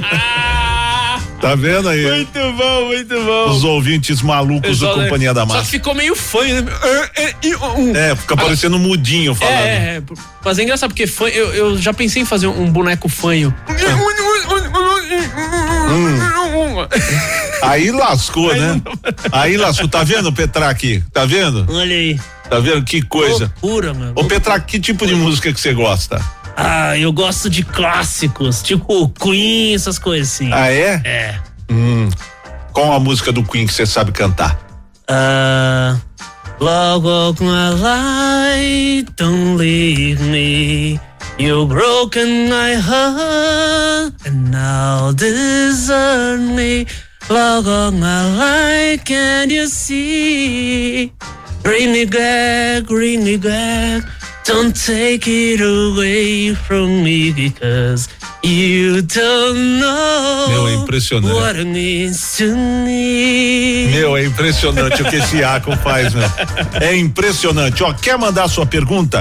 Ah,
Tá vendo aí?
Muito bom, muito bom.
Os ouvintes malucos do
Pessoal, né?
Companhia da
Só que
Massa.
ficou meio fanho, né? É, é, e, um.
É, fica parecendo mudinho
É,
falando.
é, é. Mas é engraçado porque fanho, eu, eu já pensei em fazer um boneco fanho.
Aí lascou, né? Aí lascou. Tá vendo, Petraque? Tá vendo?
Olha aí.
Tá vendo? Que coisa.
Loucura, mano.
Ô, Petraque, que tipo de música que você gosta?
Ah, eu gosto de clássicos, tipo Queen, essas coisas assim.
Ah, é?
É.
Hum. Qual a música do Queen que você sabe cantar?
Ah, log of my light, don't leave me. You broken my heart, and now desert me. Log of my light, can you see? Bring me back, bring me back. Don't take it away from me because you don't know
Meu, é impressionante.
what it means to me.
Meu, é impressionante o que esse Iaco faz, meu. É impressionante. Ó, quer mandar sua pergunta?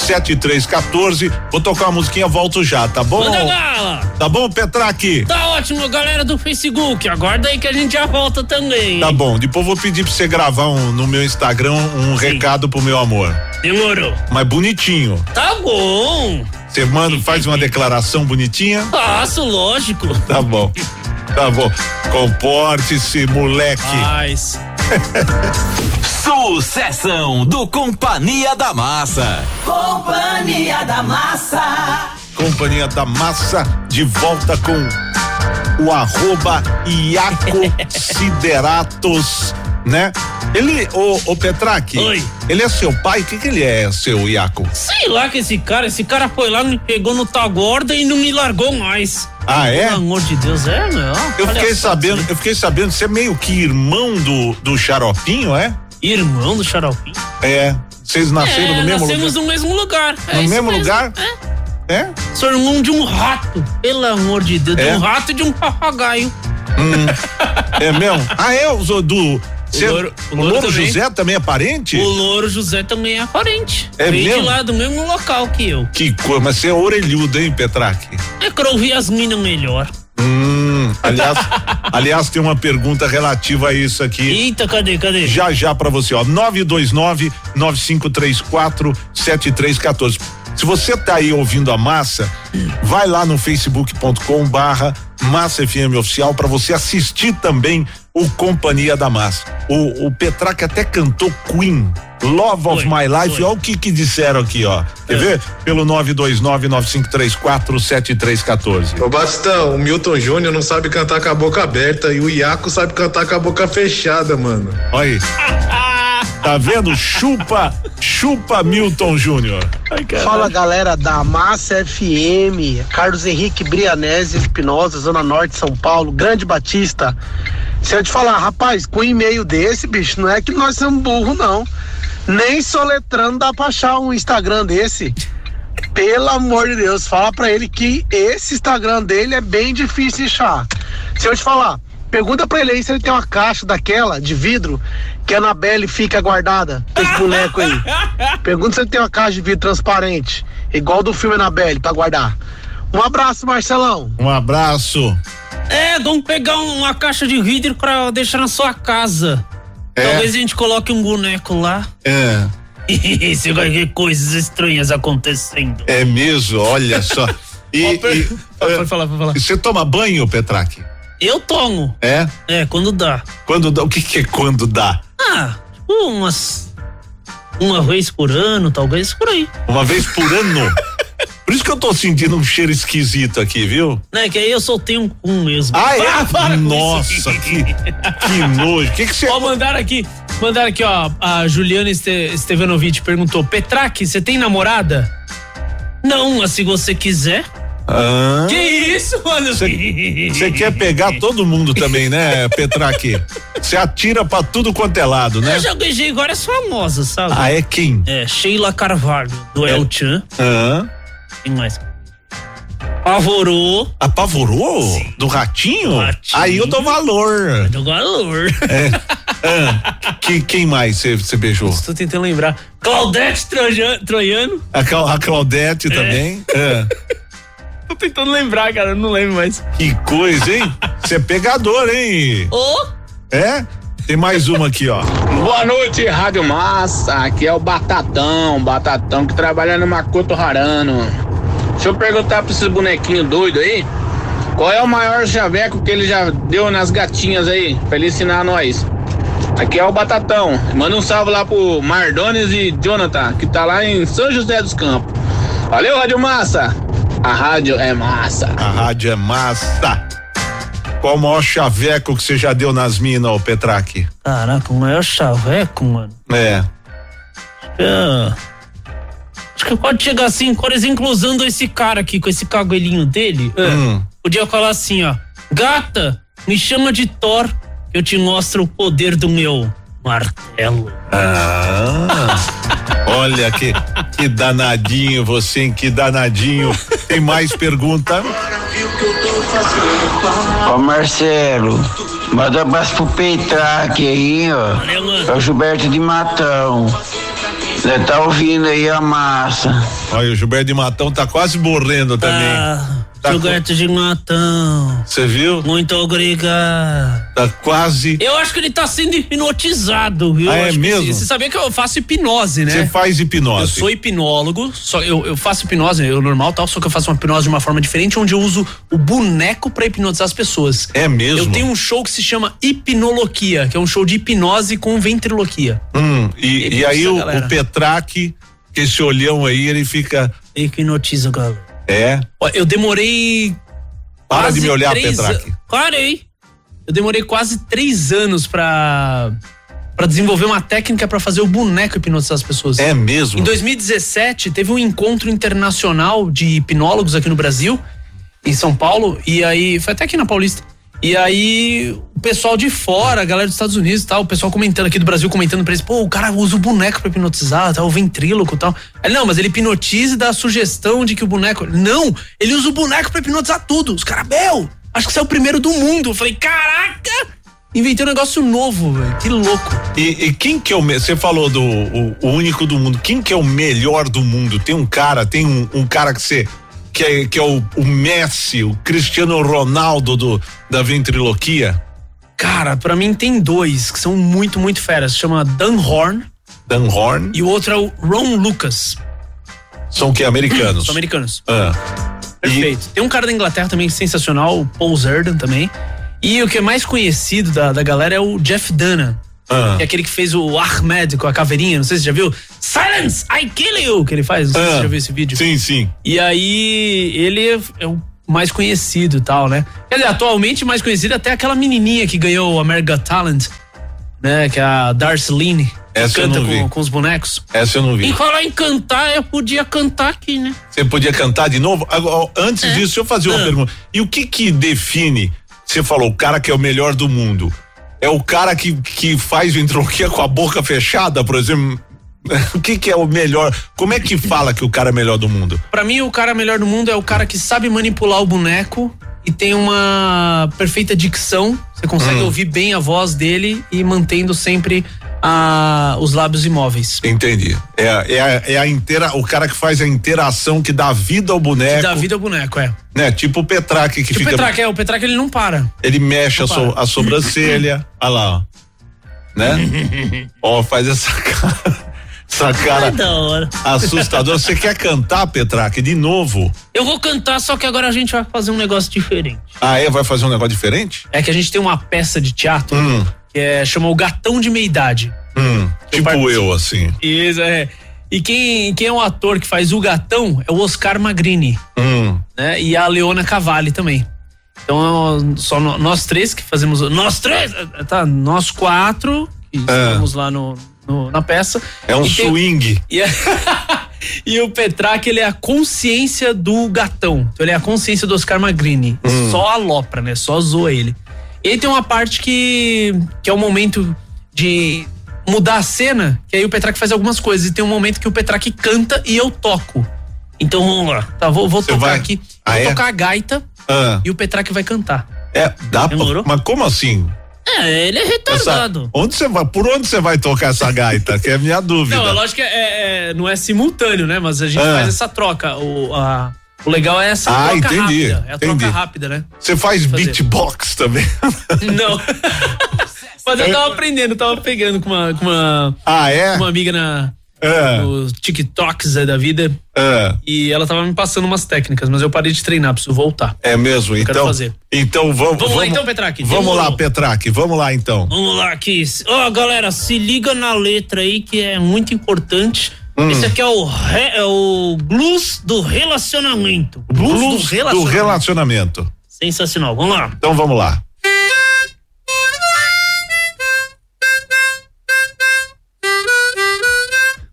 929-9534-7314. Vou tocar uma musiquinha, volto já, tá bom?
Manda bala!
Tá bom, Petraque?
Tá ótimo, galera do Facebook. Aguarda aí que a gente já volta também.
Tá bom, depois vou pedir pra você gravar um- no meu Instagram um recado pro meu amor.
Demorou.
Mas bonitinho.
Tá bom.
Você manda, faz uma declaração bonitinha?
Faço, lógico.
Tá bom. Tá bom. Comporte-se, moleque.
Mas.
Sucessão do Companhia da Massa.
Companhia da Massa.
Companhia da Massa, de volta com o arroba Iaco Sideratos, né? Ele, o, o Petraque,
Oi.
ele é seu pai? O que, que ele é, seu Iaco?
Sei lá que esse cara, esse cara foi lá, me pegou no tagorda e não me largou mais.
Ah, é?
Pelo amor de Deus, é, meu.
Eu
Olha
fiquei
só,
sabendo,
né?
eu fiquei sabendo, você é meio que irmão do, do Xaropinho, é?
Irmão do Xaropim.
É. Vocês nasceram
é,
no mesmo
nascemos
lugar?
no mesmo lugar. É
No
isso
mesmo
mesmo.
lugar? É?
Sou irmão de um rato, pelo amor de Deus.
É?
De um rato e de um papagaio.
É mesmo? Ah, é? Os, do. cê- o Louro,
Louro- o Louro também.
José também é parente?
O Louro José também é parente.
É
Vem
mesmo?
de lá do mesmo local que eu.
Que coisa, mas você é orelhudo, hein, Petraque?
É que eu ouvi as minas melhor.
Hum, aliás, aliás, tem uma pergunta relativa a isso aqui.
Eita, cadê, cadê?
Já já pra você, ó. 929 9534 7314. Se você tá aí ouvindo a massa, vai lá no facebook.com barra Massa FM Oficial pra você assistir também o Companhia da Massa. O, o Petraque até cantou Queen. Love of
Foi,
My Life,
foi. É.
olha o que que disseram aqui, ó. Quer ver? Pelo 929 9534 7314.
Ô Bastão, o Milton Júnior não sabe cantar com a boca aberta e o Iaco sabe cantar com a boca fechada, mano.
Olha aí. Tá vendo? Chupa, chupa Milton Júnior.
Fala galera da Massa FM, Carlos Henrique Brianese Espinosa, Zona Norte, São Paulo, Grande Batista. Se eu te falar, rapaz, com um e-mail desse, bicho, não é que nós somos burro, não. Nem soletrando dá pra achar um Instagram desse. Pelo amor de Deus, fala pra ele que esse Instagram dele é bem difícil de achar. Se eu te falar, pergunta pra ele aí se ele tem uma caixa daquela de vidro que a Anabelle fica guardada, esse boneco aí. Pergunta se ele tem uma caixa de vidro transparente, igual do filme Anabelle, pra guardar. Um abraço, Marcelão.
Um abraço.
É, vamos pegar uma caixa de vidro pra deixar na sua casa.
É.
Talvez a gente coloque um boneco lá.
É,
E você vai ver coisas estranhas acontecendo.
é mesmo, olha só. E,
Ó, per-
e-
Pode falar, pode falar.
e você toma banho, Petraque?
Eu tomo.
É?
É, quando dá.
Quando dá, o que que é quando dá?
Ah, tipo umas. Uma vez por ano, talvez por aí.
Uma vez por ano? Por isso que eu tô sentindo um cheiro esquisito aqui, viu?
Né? Que aí eu soltei um cu mesmo.
Ah, é?
Para, para com
Nossa,
isso.
que, que nojo. O que que você...
Ó, mandaram aqui, mandaram aqui, ó. A Juliana Este Stevanovic perguntou: Petraque, você tem namorada? Não, mas se você quiser.
Hã?
Que isso, mano?
Ah. Você quer pegar todo mundo também, né, Petraque? Você atira pra tudo quanto é lado, né?
Eu já beijei várias famosas, sabe?
Ah, é quem?
É, Sheila Carvalho, do
É.
El Chan.
Hã?
Quem mais? Pavorou,
Apavorou? Do ratinho?
Ratinho.
Aí eu dou valor.
do valor.
É. Ah, Que, quem mais você beijou?
Estou tentando lembrar. Claudete Trojan- Troiano.
A, Cla- a Claudete também? É.
Tô tentando lembrar, cara, eu não lembro mais.
Que coisa, hein? Você é pegador, hein?
Ô!
É? Tem mais uma aqui, ó.
Boa noite, Rádio Massa. Aqui é o Batatão, Batatão que trabalha no Makoto Harano. Deixa eu perguntar pra esses bonequinhos doidos aí. Qual é o maior chaveco que ele já deu nas gatinhas aí? Pra ele ensinar a nós. Aqui é o Batatão. Manda um salve lá pro Mardones e Jonathan, que tá lá em São José dos Campos. Valeu, Rádio Massa. A rádio é massa.
A rádio é massa. Qual o maior chaveco que você já deu nas minas, ô Petraque?
Caraca, o maior chaveco, mano.
É.
É. Acho que pode chegar assim, por exemplo, usando esse cara aqui, com esse caguelinho dele. é,
Hum.
Podia falar assim, ó. Gata, me chama de Thor, que eu te mostro o poder do meu martelo.
Ah, olha que, que danadinho você, hein? Que danadinho. Tem mais pergunta?
Ó, Marcelo, manda um abraço pro Peitraque aí, ó. É o Gilberto de Matão. Né, tá ouvindo aí a massa.
Olha, o Gilberto de Matão tá quase morrendo também.
Ah.
Tá
Gilberto de Matão.
Você viu?
Muito obrigado.
Tá quase.
Eu acho que ele tá sendo hipnotizado, viu?
Ah, é
Acho que
mesmo?
sim. Você sabia que eu faço hipnose, né?
Você faz hipnose.
Eu sou hipnólogo, só eu, eu faço hipnose, eu normal tal, só que eu faço uma hipnose de uma forma diferente, onde eu uso o boneco pra hipnotizar as pessoas.
É mesmo?
Eu tenho um show que se chama Hipnoloquia, que é um show de hipnose com ventriloquia.
Hum, e, e aí o,
Hipnotiza a galera.
o Petraque, que esse olhão aí, ele fica.
Hipnotiza, galera.
É.
Ó, Eu demorei.
Para
quase
de me olhar,
três
Petraque.
an- Parei. Eu demorei quase três anos pra. Pra desenvolver uma técnica pra fazer o boneco hipnotizar as pessoas.
É mesmo?
Em 2017, teve um encontro internacional de hipnólogos aqui no Brasil, em São Paulo, e aí. Foi até aqui na Paulista. E aí, o pessoal de fora, a galera dos Estados Unidos e tal, o pessoal comentando aqui do Brasil, comentando pra eles, pô, o cara usa o boneco pra hipnotizar, tal, o ventríloco e tal. Aí, não, mas ele hipnotiza e dá a sugestão de que o boneco. Não! Ele usa o boneco pra hipnotizar tudo. Os caras, meu! Acho que você é o primeiro do mundo. Eu falei, caraca! Inventei um negócio novo, velho. Que louco.
E, e quem que é o. me- Você falou do o, o único do mundo. Quem que é o melhor do mundo? Tem um cara, tem um, um cara que você. Que é, que é o, o Messi, o Cristiano Ronaldo do, da ventriloquia?
Cara, pra mim tem dois que são muito, muito feras. Chama Dan Horn.
Dan Horn.
E o outro é o Ron Lucas.
São que americanos?
São americanos.
Ah.
Perfeito. Tem um cara da Inglaterra também sensacional, o Paul Zerdan também. E o que é mais conhecido da, da galera é o Jeff Dana.
Ah.
Que é aquele que fez o Ahmed com a caveirinha, não sei se você já viu. Silence, I kill you! Que ele faz, não sei se
Ah.
você já viu esse vídeo.
Sim, sim.
E aí, ele é- é o mais conhecido e tal, né? Quer dizer, atualmente mais conhecido é até aquela menininha que ganhou o America Talent, né? Que é a Darceline. que
Essa eu
canta
não vi.
com, com os bonecos.
Essa eu não vi.
E falar em cantar, eu podia cantar aqui, né?
Você podia cantar de novo? Agora, Antes disso, deixa eu fazer uma pergunta. E o que que define, você falou, o cara que é o melhor do mundo? É o cara que, que faz ventriloquia com a boca fechada, por exemplo? O que que é o melhor? Como é que fala que o cara é melhor do mundo?
Pra mim, o cara melhor do mundo é o cara que sabe manipular o boneco e tem uma perfeita dicção. Você consegue
Hum.
ouvir bem a voz dele e mantendo sempre a, os lábios imóveis.
Entendi. É, é, a- é a inteira, o cara que faz a interação que dá vida ao boneco.
Da vida ao boneco, é.
Né? Tipo o Petraque que
E o
fica.
Petraque, é, o Petraque ele não para.
Ele mexe a, so- a sobrancelha. Olha lá, ó. Né? ó, faz essa cara. Essa cara.
Ai, da hora.
Assustador. Você quer cantar, Petraque, de novo?
Eu vou cantar, só que agora a gente vai fazer um negócio diferente.
Ah, é? Vai fazer um negócio diferente?
É que a gente tem uma peça de teatro
Hum.
que é, chama O Gatão de Meia Idade.
Hum, tipo eu, assim.
Isso, é. E quem, quem é o ator que faz o gatão é o Oscar Magrini,
Hum.
né? E a Leona Cavalli também. Então, só no- nós três que fazemos. Nós três! Tá, nós quatro que estamos lá no, no- na peça.
É um
E tem-
swing.
E, a- e o Petraque, ele é a consciência do gatão. Então, ele é a consciência do Oscar Magrini.
Hum.
Só alopra, né? Só zoa ele. E aí tem uma parte que, que é o momento de mudar a cena, que aí o Petraque faz algumas coisas. E tem um momento que o Petraque canta e eu toco. Então vamos lá. Tá, vou, vou tocar aqui. Eu vou tocar a gaita
Ah.
e o Petraque vai cantar.
É, dá pra, Mas como assim?
É, ele é
Essa-
retardado.
onde você vai, por onde você vai tocar essa gaita? Que é a minha dúvida.
Não, é lógico que é, é- não é simultâneo, né? Mas a gente
Ah.
faz essa troca. O, a, O legal é essa
Ah,
troca
entendi,
rápida. É a
entendi.
troca rápida, né?
Você faz
Fazer.
beatbox também?
Não. Mas eu tava aprendendo, tava pegando com uma. Com uma
ah, é?
Uma amiga na.
Ah.
Nos TikToks aí da vida. E ela tava me passando umas técnicas, mas eu parei de treinar, preciso voltar.
É mesmo,
Eu
então.
quero fazer.
Então vamos.
Vamos lá, então, Petraque,
Vamos lá,
demorou.
Petraque, vamos lá então.
Vamos lá aqui. Ó, galera, se liga na letra aí que é muito importante.
Hum.
Esse aqui é o, re- é o blues do relacionamento. Blues, do
do
relacionamento.
relacionamento.
Sensacional, vamos lá.
Então vamos lá.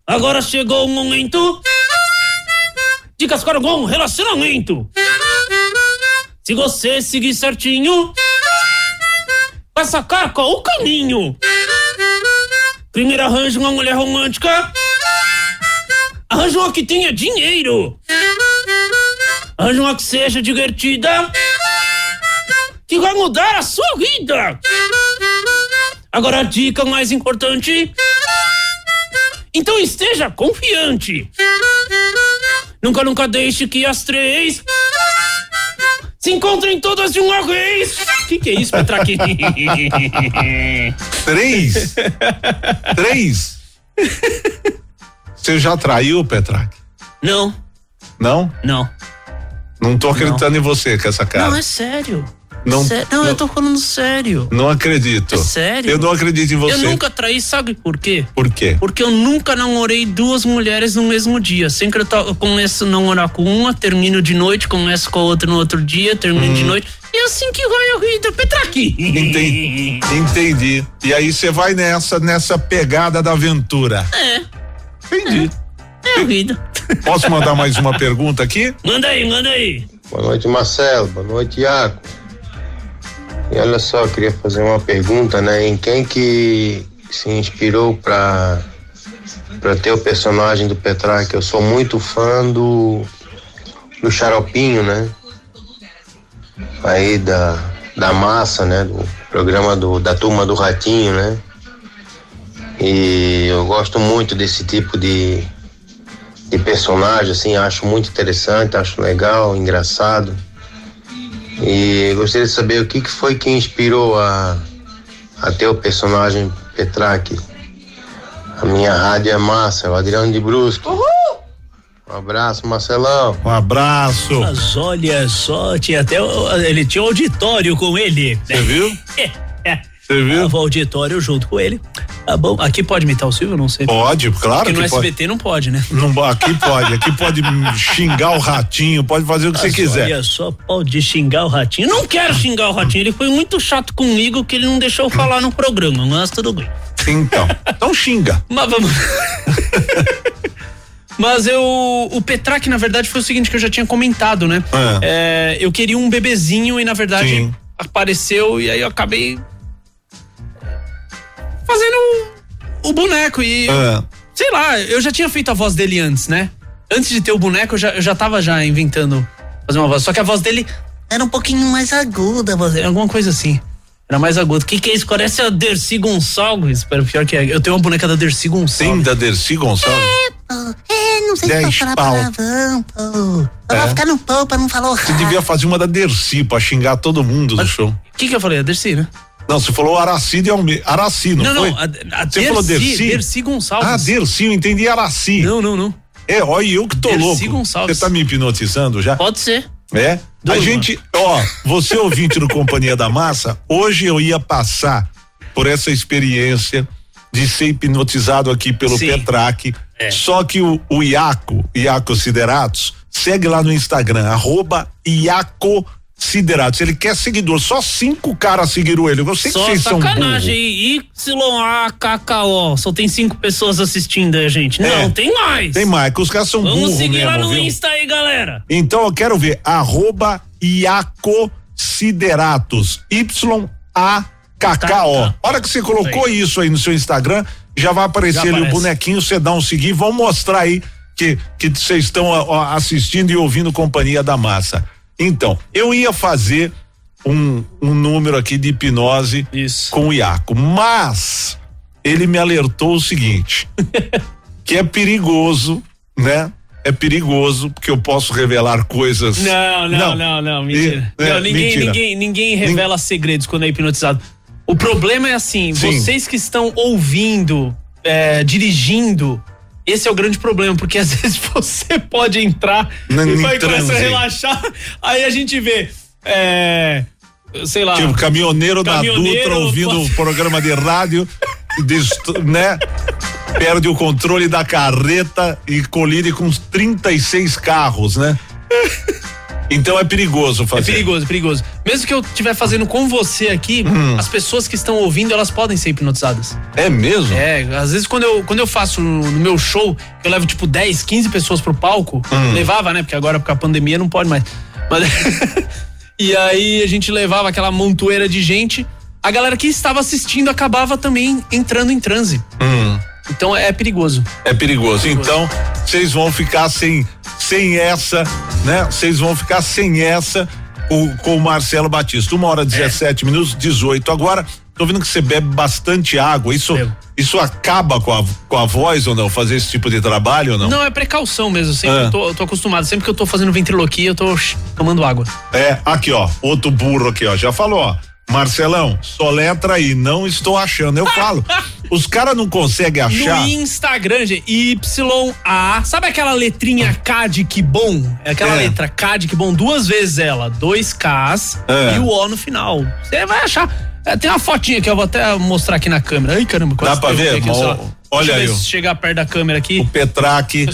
Agora chegou o momento. Dicas para um relacionamento. Se você seguir certinho, vai sacar qual o caminho. Primeiro arranja uma mulher romântica. Arranja uma que tenha dinheiro. Arranja uma que seja divertida. Que vai mudar a sua vida. Agora a dica mais importante. Então esteja confiante. Nunca, nunca deixe que as três se encontrem todas de uma vez. Que que é isso, Petraque?
Três? Três? Você já traiu, Petraque?
Não.
Não?
Não.
Não tô acreditando em você com essa cara.
Não, é sério.
Não-
Sé- não, eu tô falando sério.
Não acredito.
É sério.
Eu não acredito em você.
Eu nunca traí, sabe por quê?
Por quê?
Porque eu nunca namorei duas mulheres no mesmo dia. Sempre eu, to- eu começo a namorar com uma, termino de noite, começo com a outra no outro dia, termino
Hum.
de noite. E assim que vai a vida, Petraqui.
Entendi. Entendi. E aí você vai nessa, nessa pegada da aventura.
É.
Entendi.
É a vida.
Posso mandar mais uma pergunta aqui?
Manda aí, manda aí.
Boa noite, Marcelo. Boa noite, Iaco. E olha só, eu queria fazer uma pergunta, né? Em quem que se inspirou pra, pra ter o personagem do Petrarca? Eu sou muito fã do, do Xaropinho, né? Aí da, da massa, né? Do programa do, da turma do Ratinho, né? E eu gosto muito desse tipo de, de personagem, assim, acho muito interessante, acho legal, engraçado. E gostaria de saber o que, que foi que inspirou a, a ter o personagem Petraque. A minha rádio é massa, é o Adriano de Brusco. Um abraço, Marcelão.
Um abraço.
Mas olha só, tinha até. o- Ele tinha um auditório com ele.
né?
Você
viu?
É,
Você viu? Tava o auditório junto com ele. Tá bom. Aqui pode imitar o Silvio? Não sei.
Pode, claro
Porque
que
no
pode.
SBT não pode, né?
Não, aqui pode, aqui pode xingar o ratinho, pode fazer o que você
Mas
quiser.
Olha só, pode xingar o
Eu
ratinho.
não quero xingar o Ratinho, ele foi muito chato comigo que ele não deixou eu falar no programa, mas tudo bem.
Então, então xinga.
Mas vamos. Mas eu. O Petraque, na verdade, foi o seguinte que eu já tinha comentado, né? É, eu queria um bebezinho e, na verdade, apareceu e aí eu acabei. fazendo o, o boneco e.
Ah.
Sei lá, eu já tinha feito a voz dele antes, né? Antes de ter o boneco, eu já, eu já tava já inventando fazer uma voz. Só que a voz dele era um pouquinho mais aguda, a voz dele, alguma coisa assim. Era mais agudo. O que, que é isso? Parece a Dercy Gonçalves. Pera, Pior que é. Eu tenho uma boneca da Dercy Gonçalves.
Sim, da Dercy Gonçalves.
É, não sei
Dez
se pra falar
pau.
palavrão, pô. Pra
É.
ficar no pau, pra não falar
Você devia fazer uma da Dercy pra xingar todo mundo do show.
O que, que eu falei? A Dercy, né?
Não, você falou Aracide Almeida. Araci, não,
Não,
foi?
não, a- a
você
Dercy,
falou Dercy?
Dercy Gonçalves.
Ah, Dercy, eu entendi Araci.
Não, não, não.
É, olha, eu que tô
Dercy
louco.
Gonçalves.
Você tá me hipnotizando já?
Pode ser.
É? A gente, ó, você ouvinte do Companhia da Massa, hoje eu ia passar por essa experiência de ser hipnotizado aqui pelo Petraque.
É.
Só que o, o Iaco, Iaco Sideratos, segue lá no Instagram, arroba Iaco Sideratos. Ele quer seguidor, só cinco caras seguiram ele. Eu sei que é
Só
vocês são burros.
sacanagem. YAKKO. Só tem cinco pessoas assistindo aí, a gente. Não,
É.
tem mais.
Tem mais, que os caras são
Vamos
burros
seguir lá
mesmo,
no
viu?
Insta aí, galera.
Então eu quero ver, arroba Iaco Sideratos, Y-A-K-K-O. Hora que você colocou isso aí no seu Instagram, já vai
Já
aparecer ali o
aparece.
bonequinho, você dá um seguir, vão mostrar aí que que vocês estão ó, ó, assistindo e ouvindo Companhia da Massa. Então, eu ia fazer um, um número aqui de hipnose com o Iaco, mas ele me alertou o seguinte, que é perigoso, né? é perigoso, porque eu posso revelar coisas.
Não, não, não, não, mentira.
E- é,
Não, ninguém,
mentira.
ninguém, ninguém revela segredos quando é hipnotizado. O problema é assim,
Sim.
vocês que estão ouvindo, é, dirigindo, esse é o grande problema, porque às vezes você pode entrar
Não,
e
em
vai começa a
transe.
relaxar, aí a gente vê, é, sei lá...
Tipo, caminhoneiro, da Dutra ouvindo um programa de rádio, destru- né? Perde o controle da carreta e colide com uns 36 carros, né? Então é perigoso fazer.
É perigoso, perigoso. Mesmo que eu estiver fazendo com você aqui,
Hum.
as pessoas que estão ouvindo, elas podem ser hipnotizadas.
É mesmo?
É, às vezes quando eu, quando eu faço no meu show, eu levo tipo 10, 15 pessoas pro palco, levava, né? Porque agora com a pandemia não pode mais. Mas- e aí a gente levava aquela montoeira de gente, a galera que estava assistindo acabava também entrando em transe.
Hum.
Então é perigoso.
É perigoso. Então, vocês vão ficar sem, sem essa, né? Vocês vão ficar sem essa com, com o Marcelo Batista. Uma hora 17 minutos, 18 agora. Tô vendo que você bebe bastante água. Isso, isso acaba com a, com a voz ou não? Fazer esse tipo de trabalho ou não?
Não, é precaução mesmo. Sempre
É.
eu, tô, eu tô acostumado. Sempre que eu tô fazendo ventriloquia, eu tô shh, tomando água.
É, aqui ó, outro burro aqui ó, já falou ó. Marcelão, soletra aí, não estou achando. Eu falo, os caras não conseguem achar.
No Instagram, gente, YA. Sabe aquela letrinha K de que bom? É aquela
É.
letra K de que bom, duas vezes ela. Dois Ks
É.
e o O no final. Você vai achar. É, tem uma fotinha que eu vou até mostrar aqui na câmera. Ai, caramba, quase
Dá pra
derrubei
ver?
aqui o
Ó,
celular.
olha
Deixa eu ver
aí, ó.
se chegar perto da câmera aqui. O
Petraque.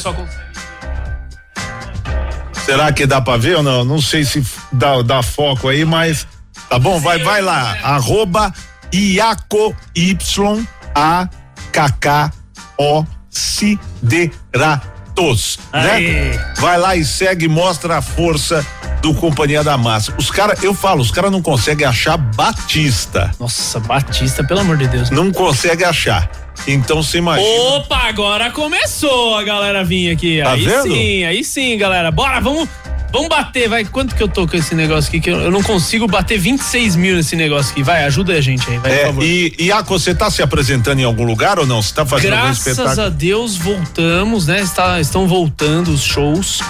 Será que dá pra ver ou não? Não sei se dá, dá foco aí, mas tá bom, vai, vai lá. Arroba Iaco Y A K K O Sideratos,
Aí.
né? Vai lá e segue, mostra a força do Companhia da Massa. Os caras, eu falo, os caras não conseguem achar Batista.
Nossa, Batista, pelo amor de Deus.
Não consegue achar. Então você imagina.
Opa, agora começou a galera vir aqui.
Tá
aí
vendo?
sim, aí sim, galera. Bora, vamos, vamos bater, vai. Quanto que eu tô com esse negócio aqui? Que eu, eu não consigo bater 26 mil nesse negócio aqui. Vai, ajuda a gente aí, vai, por
É,
favor.
e Iaco, você tá se apresentando em algum lugar ou não? Você tá fazendo algum
Graças
espetáculo?
a Deus voltamos, né? Está- estão voltando os shows.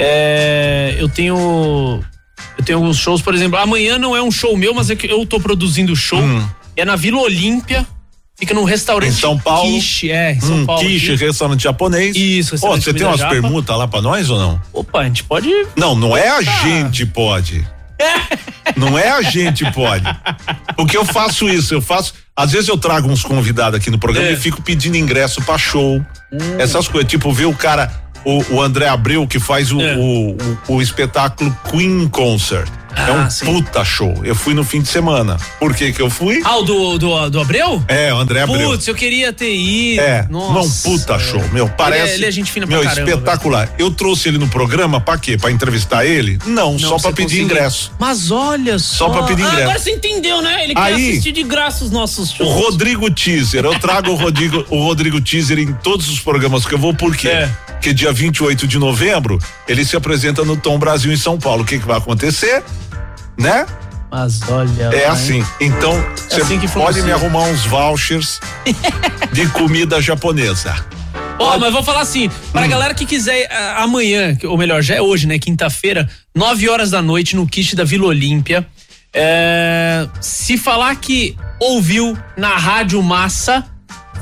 É, eu tenho. Eu tenho alguns shows, por exemplo, amanhã não é um show meu, mas é que eu tô produzindo o show.
Hum.
É na Vila Olímpia. Fica num restaurante. Em São Paulo. Quiche, é, em São
Hum,
Paulo.
quiche,
aqui.
restaurante japonês. Isso, Ó,
restaurante
você tem
comida
umas
japa.
permutas lá pra nós ou não?
Opa, a gente pode.
Não, não é a gente pode. não é a gente pode. Porque eu faço isso, eu faço. Às vezes eu trago uns convidados aqui no programa
É.
e fico pedindo ingresso pra show.
Hum.
Essas coisas. Tipo, ver o cara, o, o André Abreu, que faz
É.
o, o, o- o espetáculo Queen Concert. é
Ah,
um puta show. Eu fui no fim de semana. Por que que eu fui?
Ah, o do, do, do Abreu?
É, o André Abreu.
Putz, eu queria ter ido.
É, não,
Nossa.
puta show, meu, parece.
ele é gente fina pra
Meu,
caramba, assim.
espetacular. Eu trouxe ele no programa pra quê? Pra entrevistar ele? Não,
Não,
só pra
você
pedir
conseguiu.
ingresso.
Mas olha só.
pra pedir
Ah,
ingresso.
agora você entendeu, né? Ele quer
Aí-
assistir de graça os nossos
O
shows.
Rodrigo Teaser, eu trago o Rodrigo, o Rodrigo Teaser em todos os programas que eu vou, por quê?
É.
Porque dia 28 de novembro ele se apresenta no Tom Brasil em São Paulo. O que, que vai acontecer? Né?
Mas olha. né? lá,
É
hein?
assim. Então, você
assim que
pode
funciona.
me arrumar uns vouchers de comida japonesa.
Ó, mas vou falar assim,
Hum.
pra galera que quiser ah, amanhã, que- ou melhor, já é hoje, né? Quinta-feira, 9 horas da noite, no quiche da Vila Olímpia. É, se falar que ouviu na Rádio Massa,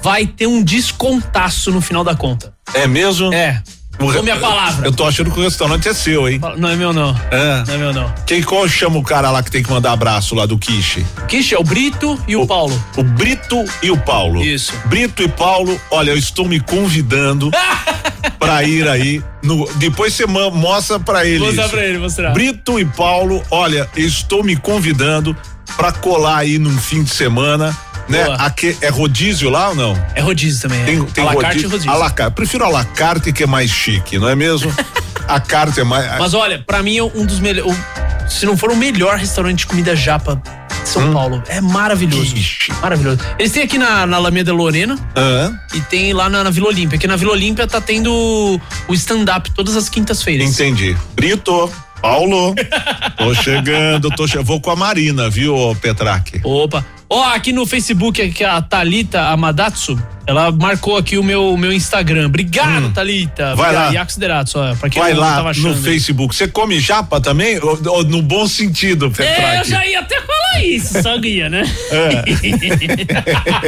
vai ter um descontaço no final da conta.
É mesmo?
É. Tome a palavra.
Eu tô achando que o restaurante é seu, hein?
Não é meu, não. Não é meu, não.
Quem qual chama o cara lá que tem que mandar abraço lá do Quiche?
Quiche é o Brito e o, Paulo.
O Brito e o Paulo.
Isso.
Brito e Paulo, olha, eu estou me convidando pra ir aí. no- depois você ma- mostra pra ele.
Mostrar
isso.
pra ele, mostrar.
Brito e Paulo, olha, eu estou me convidando pra colar aí num fim de semana. Né?
Boa.
Aque- é rodízio lá ou não?
É rodízio também.
Tem,
é.
tem
a la carte e
rodízio.
rodízio.
A la carte. Prefiro a la carte que é mais chique, não é mesmo? a carte é mais.
Mas olha, pra mim é um dos melhores. Se não for o melhor restaurante de comida japa de
Hum.
São Paulo. É maravilhoso. Maravilhoso. Eles têm aqui na, na Alameda Lorena
Aham.
e tem lá na, na Vila Olímpia. Aqui na Vila Olímpia tá tendo o stand-up todas as quintas-feiras.
Entendi. Brito, Paulo, tô chegando, tô che... vou com a Marina, viu, Petraque?
Opa. Ó, aqui no Facebook, aqui, a Thalita Amadatsu, ela marcou aqui o meu, o meu Instagram. Obrigado, Thalita.
Hum. Vai
Obrigado.
lá.
Iaco Siderato, ó, pra quem
Vai
não
lá
tava achando. né?
no Facebook. Você come japa também? Ou- ou no bom sentido,
É, eu
Petraque.
já ia até falar isso, só guia, né? É.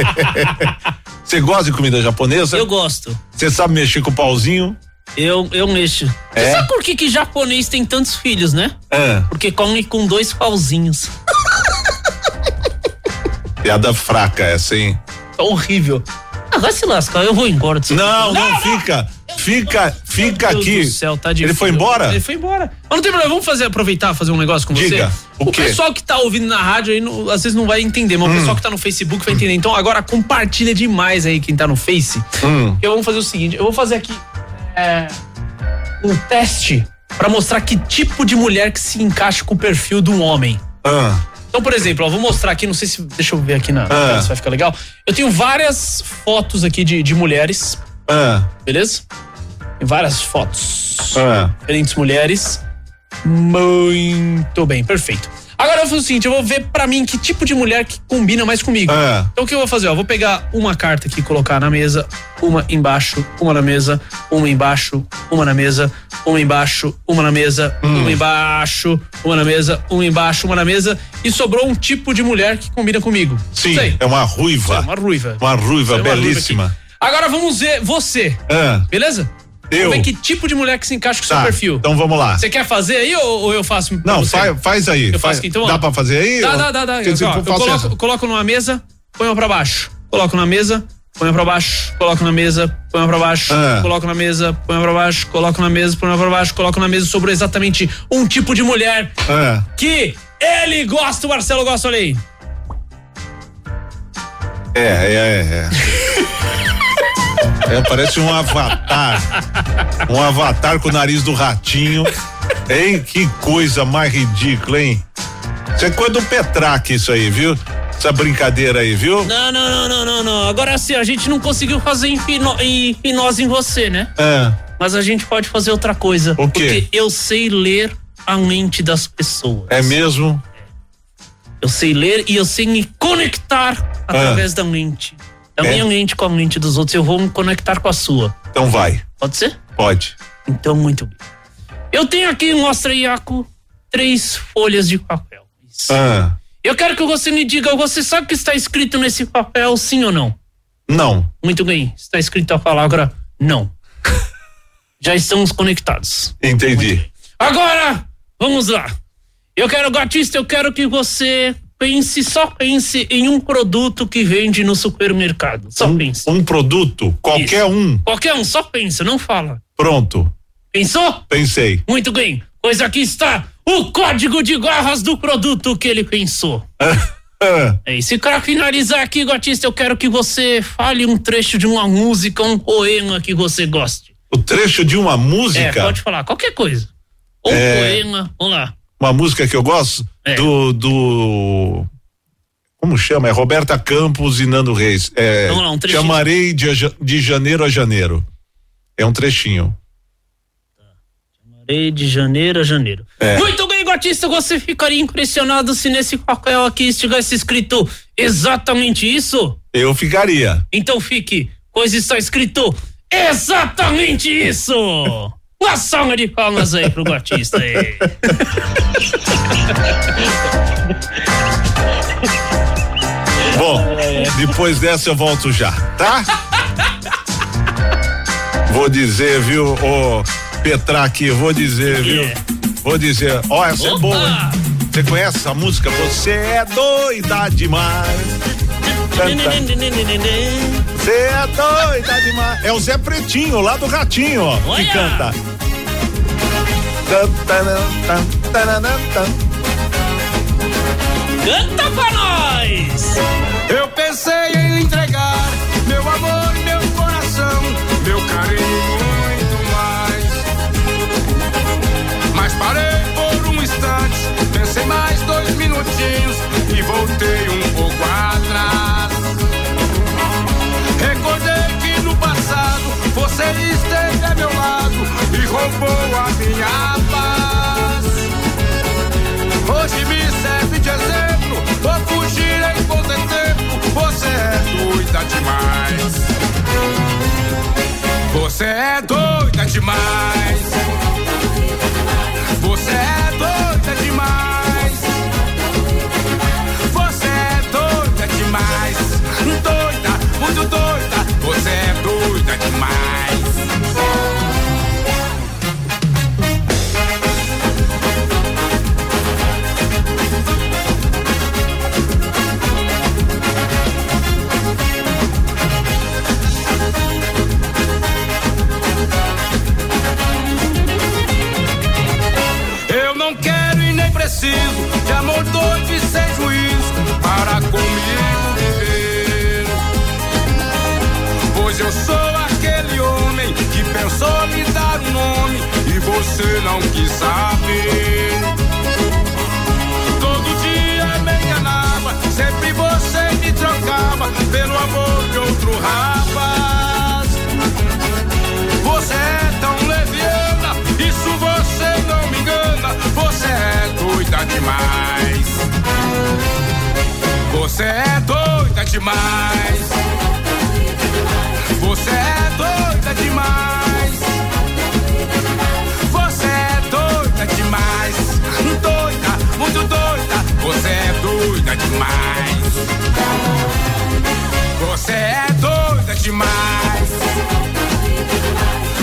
Você gosta de comida japonesa? Eu
gosto.
Você sabe mexer com o pauzinho?
Eu, eu mexo. Você sabe por que, que japonês tem tantos filhos, né?
É.
Porque come com dois pauzinhos.
Piada fraca essa, hein?
Tá horrível. Ah, vai se lascar, eu vou embora. disso aqui.
Não, não, fica. Fica, fica
Meu Deus
aqui.
do céu, tá
Ele
difícil.
foi embora?
Ele foi embora. Mas não tem problema, vamos fazer, aproveitar, fazer um negócio com
Diga,
você?
o quê?
pessoal que tá ouvindo na rádio aí, não- às vezes não vai entender, mas o pessoal que tá no Facebook vai entender. Então agora compartilha demais aí quem tá no Face.
Hum.
Eu vou fazer o seguinte, eu vou fazer aqui é, um teste pra mostrar que tipo de mulher que se encaixa com o perfil de um homem. Então, por exemplo, ó, vou mostrar aqui, não sei se. Deixa eu ver aqui na.
Ah.
se vai ficar legal. Eu tenho várias fotos aqui de, de mulheres. Beleza? Tem várias fotos. Diferentes mulheres. Muito bem, perfeito. Agora eu vou fazer o seguinte: eu vou ver pra mim que tipo de mulher que combina mais comigo.
É.
Então o que eu vou fazer? Ó, eu vou pegar uma carta aqui e colocar na mesa, uma embaixo, uma na mesa, uma embaixo, uma na mesa, uma embaixo, uma na mesa,
Hum.
uma embaixo, uma na mesa, uma embaixo, uma na mesa. E sobrou um tipo de mulher que combina comigo.
Sim,
Sei.
é uma ruiva.
Uma ruiva.
Uma ruiva
Saiu uma ruiva
belíssima.
Agora vamos ver você.
Ah.
Beleza?
Eu.
Vamos ver que tipo de mulher que se encaixa com o seu
Tá,
perfil.
então vamos lá.
Você quer fazer aí ou, ou eu faço? pra
Não,
você?
faz, faz aí.
Eu
faz-
faço aqui, então. ó.
Dá pra fazer aí?
Dá,
Ou-
dá, dá. dá.
Quer dizer,
Ó, eu
eu faço
coloco,
essa.
coloco numa mesa, ponho pra baixo. Coloco na mesa, ponho pra baixo. Coloco na mesa, ponho pra baixo.
Ah.
Coloco na mesa, ponho pra baixo. Coloco na mesa, ponho pra baixo. Coloco na mesa. Sobrou exatamente um tipo de mulher
Ah.
que ele gosta, o Marcelo gosta, olha aí.
É, é, é. é. É, parece um avatar. Um avatar com o nariz do ratinho. Hein? Que coisa mais ridícula, hein? Isso é coisa do Petraque, isso aí, viu? Essa brincadeira aí, viu?
Não, não, não, não, não, não. Agora assim, a gente não conseguiu fazer hipno- hipnose em você, né?
Ah,
Mas a gente pode fazer outra coisa. O quê? Porque eu sei ler a mente das pessoas.
é mesmo?
Eu sei ler e eu sei me conectar através da mente. Da
Ah. É.
minha mente com a mente dos outros. Eu vou me conectar com a sua.
Então vai.
Pode ser?
Pode.
Então, muito bem. Eu tenho aqui, mostra Iaco, três folhas de papel.
Ah,
Eu quero que você me diga, você sabe o que está escrito nesse papel, sim ou não?
não.
Muito bem, está escrito a palavra não. Já estamos conectados.
Entendi.
Agora, vamos lá. Eu quero, Gatista, eu quero que você pense, só pense em um produto que vende no supermercado. Só pense.
Um produto, qualquer um.
Qualquer um, só pensa, não fala.
Pronto.
Pensou?
Pensei.
Muito bem, pois aqui está o código de garras do produto que ele pensou.
Ah,
É isso. E pra finalizar aqui, Gatista, eu quero que você fale um trecho de uma música, um poema que você goste.
o trecho de uma música.
É, pode falar, qualquer coisa. Ou
É.
um poema, vamos lá.
uma música que eu gosto
É.
do, do como chama? É Roberta Campos e Nando Reis. É,
Vamos lá, um trechinho.
Chamarei de, ja- de janeiro a janeiro. É um trechinho.
Parei de janeiro a janeiro. Muito bem, Batista, você ficaria impressionado se nesse papel aqui estivesse escrito exatamente isso?
Eu ficaria.
Então fique, pois está escrito exatamente isso! Uma salva de palmas aí pro Batista aí.
Bom, depois dessa eu volto já, tá? Vou dizer, viu, ô Petraque, vou dizer, viu?
É.
Vou dizer, ó, essa é boa, hein? Você conhece essa música? Você é doida demais. Tanta- Você é doida demais. É o Zé Pretinho, lá do Ratinho, ó, que canta. Tan, taran, tan, taranan, tan.
Canta pra nós!
Eu pensei em lhe entregar meu amor, meu coração, meu carinho e muito mais. Mas parei por um instante, pensei mais dois minutinhos e voltei um pouco atrás. Recordei que no passado você esteve a meu lado e roubou a minha paz. Hoje me serve de exemplo, vou fugir em bom tempo. é é demais. Você é doida demais. Você é doida demais. Doida, muito doida. Você é doida demais. Eu não quero e nem preciso de amor doido e sem juízo para comigo viver. Pois eu sou aquele homem que pensou me dar um nome e você não quis saber. Todo dia me enganava, sempre você me trocava pelo amor de outro rapaz. Você é tão leviana, isso você não me engana, você é doida demais. Você é doida demais. Você é doida demais. Você é doida demais. Doida, muito doida. Você é doida demais. Você é doida demais.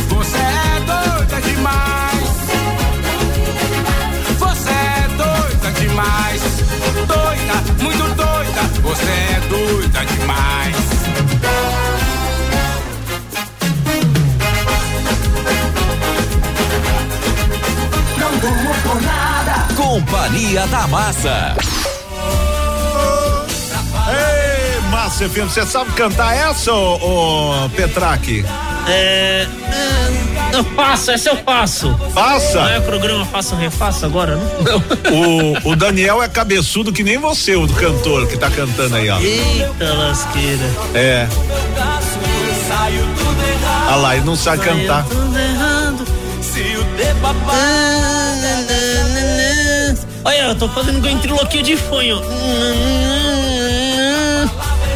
Você é doida demais. Você é doida demais. Doida, muito doida. Você é doida demais.
Não durmo por nada.
Companhia da Massa.
Ei, Márcia Filho, você sabe cantar essa, ô, ô Petraque?
É. Eu passo, esse eu passo.
Passa?
Não é o programa Faça ou Refaça agora, não?
O, o Daniel é cabeçudo que nem você, o cantor que tá cantando aí, ó.
Eita lasqueira.
É.
Saiu tudo errado.
Olha lá, ele não sabe
Saiu
cantar.
tudo errado. Se o de papai.
Olha, eu tô fazendo ventriloquia de funho.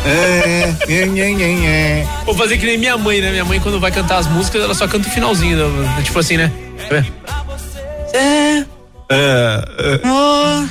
É, é, é, é.
Vou fazer que nem minha mãe, né? Minha mãe, quando vai cantar as músicas, ela só canta o finalzinho. da- tipo assim, né?
É.
É,
Amor.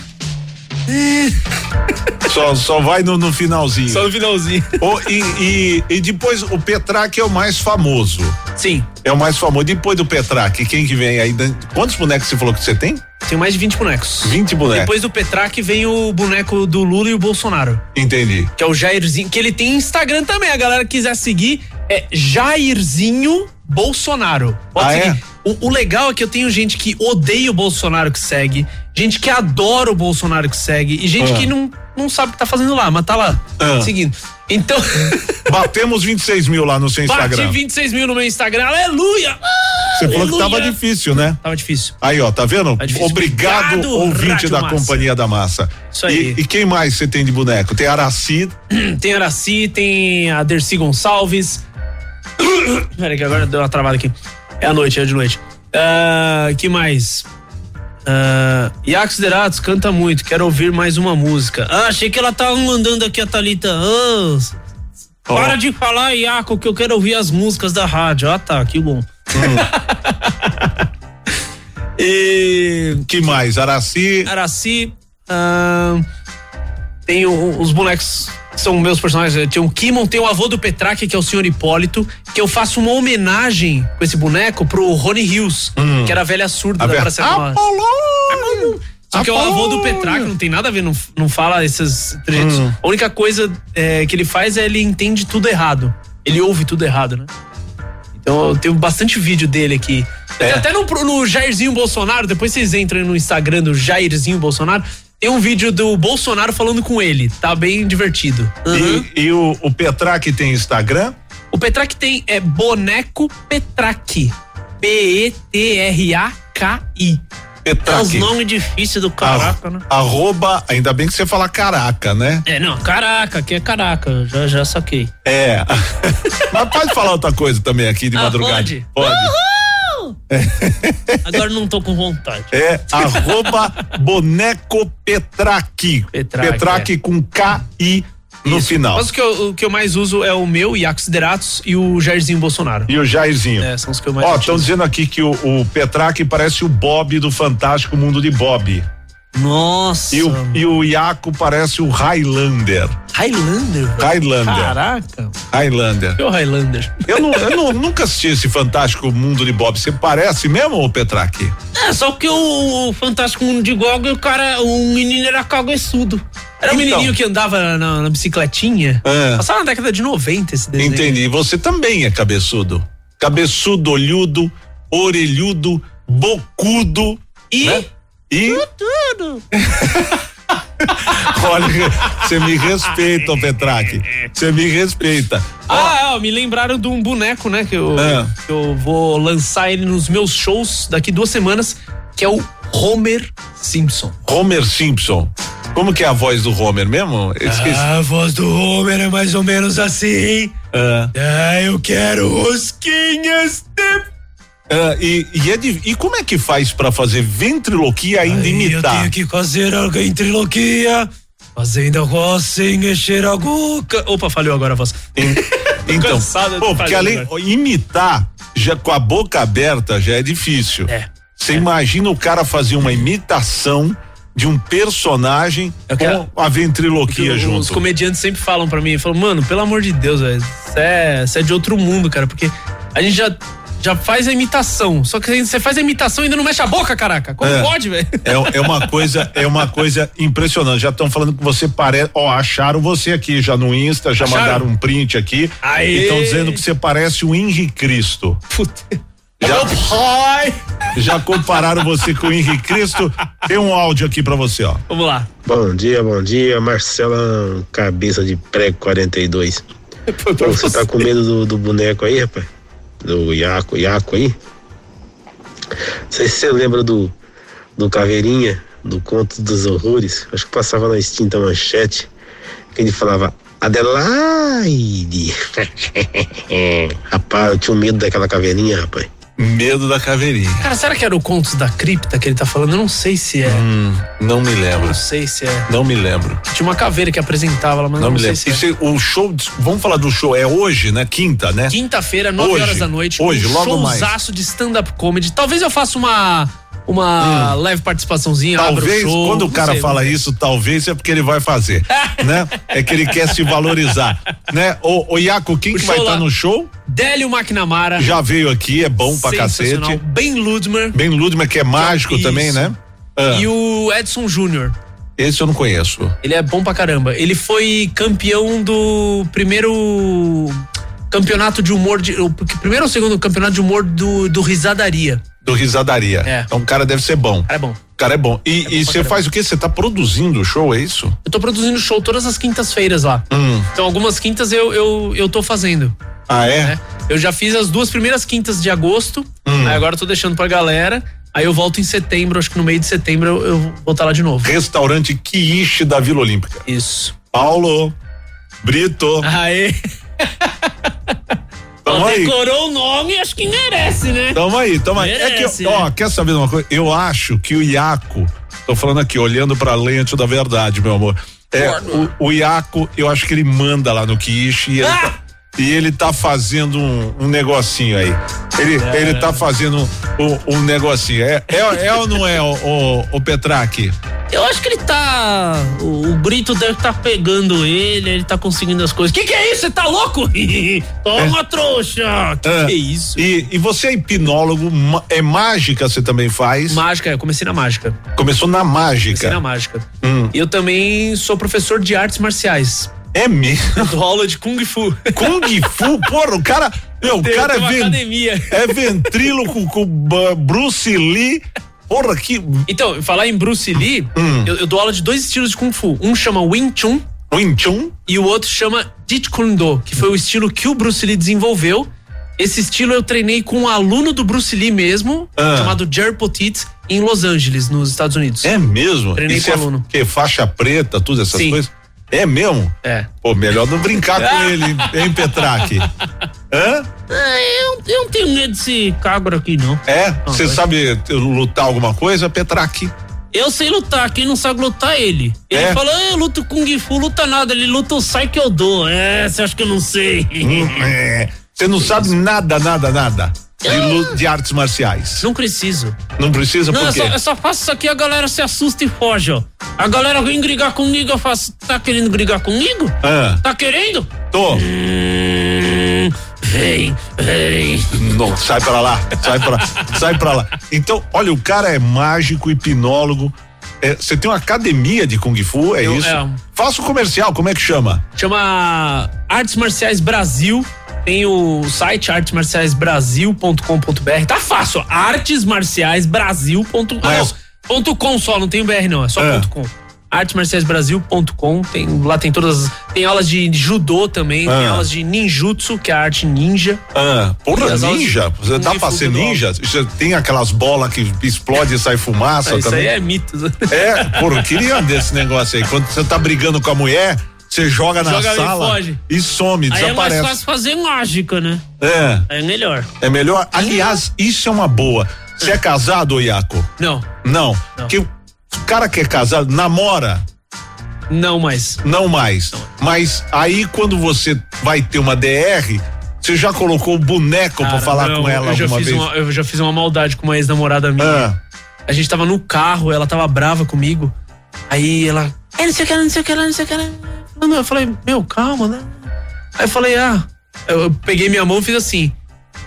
é, só, só vai no, no finalzinho. Só
no finalzinho.
e, e, e depois o Petraque é o mais famoso.
Sim.
É o mais famoso. Depois do Petraque, quem que vem aí? Dan- Quantos bonecos você falou que você tem?
Tenho mais de 20 bonecos.
20 bonecos.
Depois do Petraque vem o boneco do Lula e o Bolsonaro.
Entendi.
Que é o Jairzinho, que ele tem Instagram também. A galera que quiser seguir é Jairzinho Bolsonaro. Pode
Ah,
seguir.
é?
O, o legal é que eu tenho gente que odeia o Bolsonaro que segue, gente que adora o Bolsonaro que segue e gente
Ah.
que não, não sabe o que tá fazendo lá, mas tá lá
Ah.
seguindo. Então,
Batemos 26 mil lá no seu
bati
Instagram.
26 mil no meu Instagram. Aleluia!
Você falou que
Aleluia!
tava difícil, né?
Tava difícil.
Aí, ó, tá vendo?
difícil.
Obrigado,
Obrigado,
ouvinte
Rádio
da
Massa.
Companhia da Massa.
Isso aí.
E, e quem mais você tem de boneco? Tem Araci.
Tem Araci, tem a Dercy Gonçalves. Peraí, que agora deu uma travada aqui. É a noite, é de noite. Ah, que mais? Ah, Iax Deratos canta muito, quero ouvir mais uma música. Ah, achei que ela tava mandando aqui a Thalita. Ah, Para de falar, Iaco, que eu quero ouvir as músicas da rádio. Ah, tá, que bom. e.
Que mais? Araci.
Araci. ah, tem o- os bonecos que são meus personagens. né? Tem o Kimon, tem o avô do Petraque, que é o senhor Hipólito, que eu faço uma homenagem com esse boneco pro Rony Hills, que era a velha surda
A
da
ver-
Praça Nossa. Só que é o avô do Petraque, não tem nada a ver, não, não fala esses trejeitos.
Hum.
A única coisa é, que ele faz é ele entende tudo errado. Ele ouve tudo errado, né? Então eu tenho bastante vídeo dele aqui.
É.
Eu tenho Até no, pro- no Jairzinho Bolsonaro, depois vocês entram no Instagram do Jairzinho Bolsonaro, tem um vídeo do Bolsonaro falando com ele. Tá bem divertido.
E, e o, o Petraque tem Instagram?
O Petraque tem é boneco Petraque. P-E-T-R-A-K-I.
Petraque. Ah.
É os nomes difíceis do caraca, né?
Arroba, ainda bem que você fala caraca, né?
É, não, caraca, aqui é caraca, eu já, já saquei.
É. Mas pode falar outra coisa também aqui de
Ah,
madrugada.
pode? Uhum. Uhul! Agora não tô com vontade.
É arroba boneco Petraque.
Petraque,
Petraque com K-I no final.
é. Mas o que, eu, o que eu mais uso é o meu, Iacos Deratos, e o Jairzinho Bolsonaro.
E o Jairzinho.
É, são os que eu mais
Ó,
utilizo.
estão dizendo aqui que o, o Petraque parece o Bob do Fantástico Mundo de Bob.
Nossa.
E o, e o Iaco parece o Highlander.
Highlander?
Highlander.
Caraca.
Highlander.
Que é o Highlander?
Eu, não- eu não- nunca assisti esse Fantástico Mundo de Bob. Você parece mesmo, ô Petraque?
É, só que o, o Fantástico Mundo de Gog, o cara, o menino era cagueçudo.
Era um menininho que andava na, na bicicletinha. Passava na década de 90 esse desenho.
Entendi. Você também é cabeçudo. Cabeçudo, olhudo, orelhudo, bocudo. E?
né?
E?
Tudo.
Olha, você me respeita, ô Petraque.
É.
Você me respeita.
Ah, é, ó, me lembraram de um boneco, né? Que eu,
É.
que eu vou lançar ele nos meus shows daqui duas semanas, que é o Homer Simpson.
Homer Simpson. Como que é a voz do Homer mesmo? Eu Esqueci.
A voz do Homer é mais ou menos assim.
Ah.
Ah, eu quero rosquinhas de
Ah, e, e, é de- e como é que faz pra fazer ventriloquia e ainda imitar?
tenho que fazer a ventriloquia. Fazendo a voz sem encher a boca.
Opa, falhou agora a voz.
Então,
cansado de
pô, porque
fazer
além
agora.
imitar já com a boca aberta já é difícil. Você imagina o cara fazer uma imitação de um personagem com a ventriloquia
Os
junto.
comediantes sempre falam pra mim, falam, mano, pelo amor de Deus, velho, você é, cê é de outro mundo, cara, porque a gente já, já faz a imitação, só que você faz a imitação e ainda não mexe a boca, caraca, como
É.
pode, velho?
É, é uma coisa, é uma coisa impressionante. Já estão falando que você parece. Ó, acharam você aqui já no Insta, já
Acharam?
mandaram um print aqui.
Aê!
E estão dizendo que você parece o Henri Cristo.
Puta.
Já, já compararam você com o Henri Cristo? Tem um áudio aqui pra você, ó.
Vamos lá.
Bom dia, bom dia, Marcelão, cabeça de prego 42. Pô, você tá com medo do, do boneco aí, rapaz? Do Iaco, Iaco aí? Não sei se você lembra do, do Caveirinha, do Conto dos Horrores. Acho que passava na extinta manchete, que ele falava Adelaide. rapaz, eu tinha um medo daquela caveirinha, rapaz.
Medo da caveirinha.
Cara, será que era o Contos da Cripta que ele tá falando? Eu não sei se é.
Hum. Não me lembro.
Não sei se é.
Não me lembro.
Tinha uma caveira que apresentava lá, mas
Não,
não,
me
sei
lembro.
se é.
Isso é- o show, vamos falar do show, é hoje, né? Quinta, né?
Quinta-feira, 9
Hoje.
horas da noite.
Hoje,
um
logo mais.
showzaço de stand-up comedy. Talvez eu faça uma, uma leve participaçãozinha.
Hum. Talvez,
abra o show,
quando o
não
cara
sei,
fala
não sei.
isso, talvez é porque ele vai fazer, né? É que ele quer se valorizar, né? O, Iaco, quem
O
que vai
show
estar
lá.
no show?
Délio McNamara.
Já veio aqui, é bom pra
Sensacional.
cacete.
Ben Ludmer.
Ben Ludmer, que é mágico
Isso.
também, né?
E o Edson Júnior.
Esse eu não conheço.
Ele é bom pra caramba. Ele foi campeão do primeiro campeonato de humor. De, o primeiro ou segundo campeonato de humor do, do Risadaria.
Do Risadaria.
É.
Então o cara deve ser bom. O
cara é bom.
O cara é bom. E e você faz o quê? Você tá produzindo o show, é isso?
Eu tô produzindo show todas as quintas-feiras lá.
Hum.
Então, algumas quintas eu, eu, eu tô fazendo.
Ah, é?
Eu já fiz as duas primeiras quintas de agosto.
Hum.
Aí agora eu tô deixando pra galera. Aí eu volto em setembro, acho que no meio de setembro eu, eu vou estar lá de novo.
Restaurante Quiche da Vila Olímpica.
Isso.
Paulo Brito.
Aê.
Tamo aí.
Decorou o nome, acho que merece, né?
Tamo aí, tamo aí. É que,
Merece,
eu- ó,
né?
quer saber de uma coisa? Eu acho que o Iaco, tô falando aqui, olhando pra lente da verdade, meu amor. É, o, o Iaco, eu acho que ele manda lá no Kish e ele, tá, e ele tá fazendo um, um negocinho aí. Ele,
É.
ele tá fazendo um, um negocinho. É, é, é ou não é, o, o, o Petraque?
Eu acho que ele tá. O, o Brito deve
tá
estar pegando ele, ele tá conseguindo as coisas. Que que é isso? Você tá louco? Toma, trouxa! Que
É.
que é isso?
E, e você é hipnólogo, ma- é mágica você também faz?
Mágica, eu comecei na mágica.
Começou na mágica. Hum.
Comecei na mágica. E eu também sou professor de artes marciais.
É mesmo?
Eu dou aula de Kung Fu.
Kung Fu, porra, o cara. Meu, o
tenho-
cara é,
tenho uma
ven-
academia.
é ventríloco com ba- Bruce Lee. Porra, que.
Então, falar em Bruce Lee,
Hum.
eu, eu dou aula de dois estilos de Kung Fu. Um chama Wing Chun.
Wing Chun?
E o outro chama Jeet Kune Do, que foi o estilo que o Bruce Lee desenvolveu. Esse estilo eu treinei com um aluno do Bruce Lee mesmo,
Ah.
chamado Jerry Potit, em Los Angeles, nos Estados Unidos.
É mesmo?
Treinei
Isso
com
é
aluno.
Que faixa preta, tudo essas
Sim.
coisas? É mesmo?
É.
Pô, melhor não brincar com ele, hein, hein, Petraque? Hã?
É, eu, eu não tenho medo desse cabra aqui, não.
É? Você
vai.
sabe lutar alguma coisa, Petraque?
Eu sei lutar, quem não sabe lutar é ele. Ele
É?
fala, ah, eu luto Kung Fu, luta nada, ele luta o sai que eu dou. É, você acha que eu não sei?
Hum, é. Você não sabe nada, nada, nada de, lu- de artes marciais.
Não preciso.
Não precisa
Não,
Então
é
por
eu
quê?
só, eu só faço isso aqui, a galera se assusta e foge, ó. A galera vem brigar comigo, eu faço. Tá querendo brigar comigo?
Ah.
Tá querendo?
Tô.
Hum,
Vem, vem.
Não, sai pra lá, sai pra, sai pra lá. Então, olha, o cara é mágico, hipnólogo. É, Você tem uma academia de Kung Fu, é
Eu-
isso?
é.
Faça o comercial, como é que chama?
Chama Artes Marciais Brasil. Tem o site artesmarciaisbrasil.com.br. Tá fácil, ó. artesmarciaisbrasil.com. Ah, não, ponto .com só, não tem o BR não, é só ponto .com. artesmarciaisbrasil.com, tem lá tem todas, as- tem aulas de judô também, tem
Ah.
aulas de ninjutsu, que é a arte ninja.
Ah, porra,
As aulas de
ninja? Você dá
Kung
pra
Fu
ser
do
ninja? Você tem aquelas bolas que explode e sai fumaça
Ah, isso
também?
aí é mito.
É, porra, eu queria um desse negócio aí. Quando você tá brigando com a mulher, você joga na
Joga e
sala
foge.
e some,
Aí é mais
desaparece.
fácil fazer
um
mágica, né?
É.
É melhor.
É melhor? Aliás, isso é uma boa. Você é casado, ô Iaco?
Não.
Não. Que o cara que é casado namora?
Não mais.
Não mais. Mas aí quando você vai ter uma DR, você já colocou o boneco pra
Cara,
falar
não,
com ela
eu já
alguma
fiz
vez? Ah,
uma- eu já fiz uma maldade com uma ex-namorada minha. A gente tava no carro, ela tava brava comigo. Aí ela. É, não sei o que, não sei o que, não sei o que. Não, não, eu falei, meu, calma, né? Aí eu falei, ah. Eu, eu peguei minha mão e fiz assim.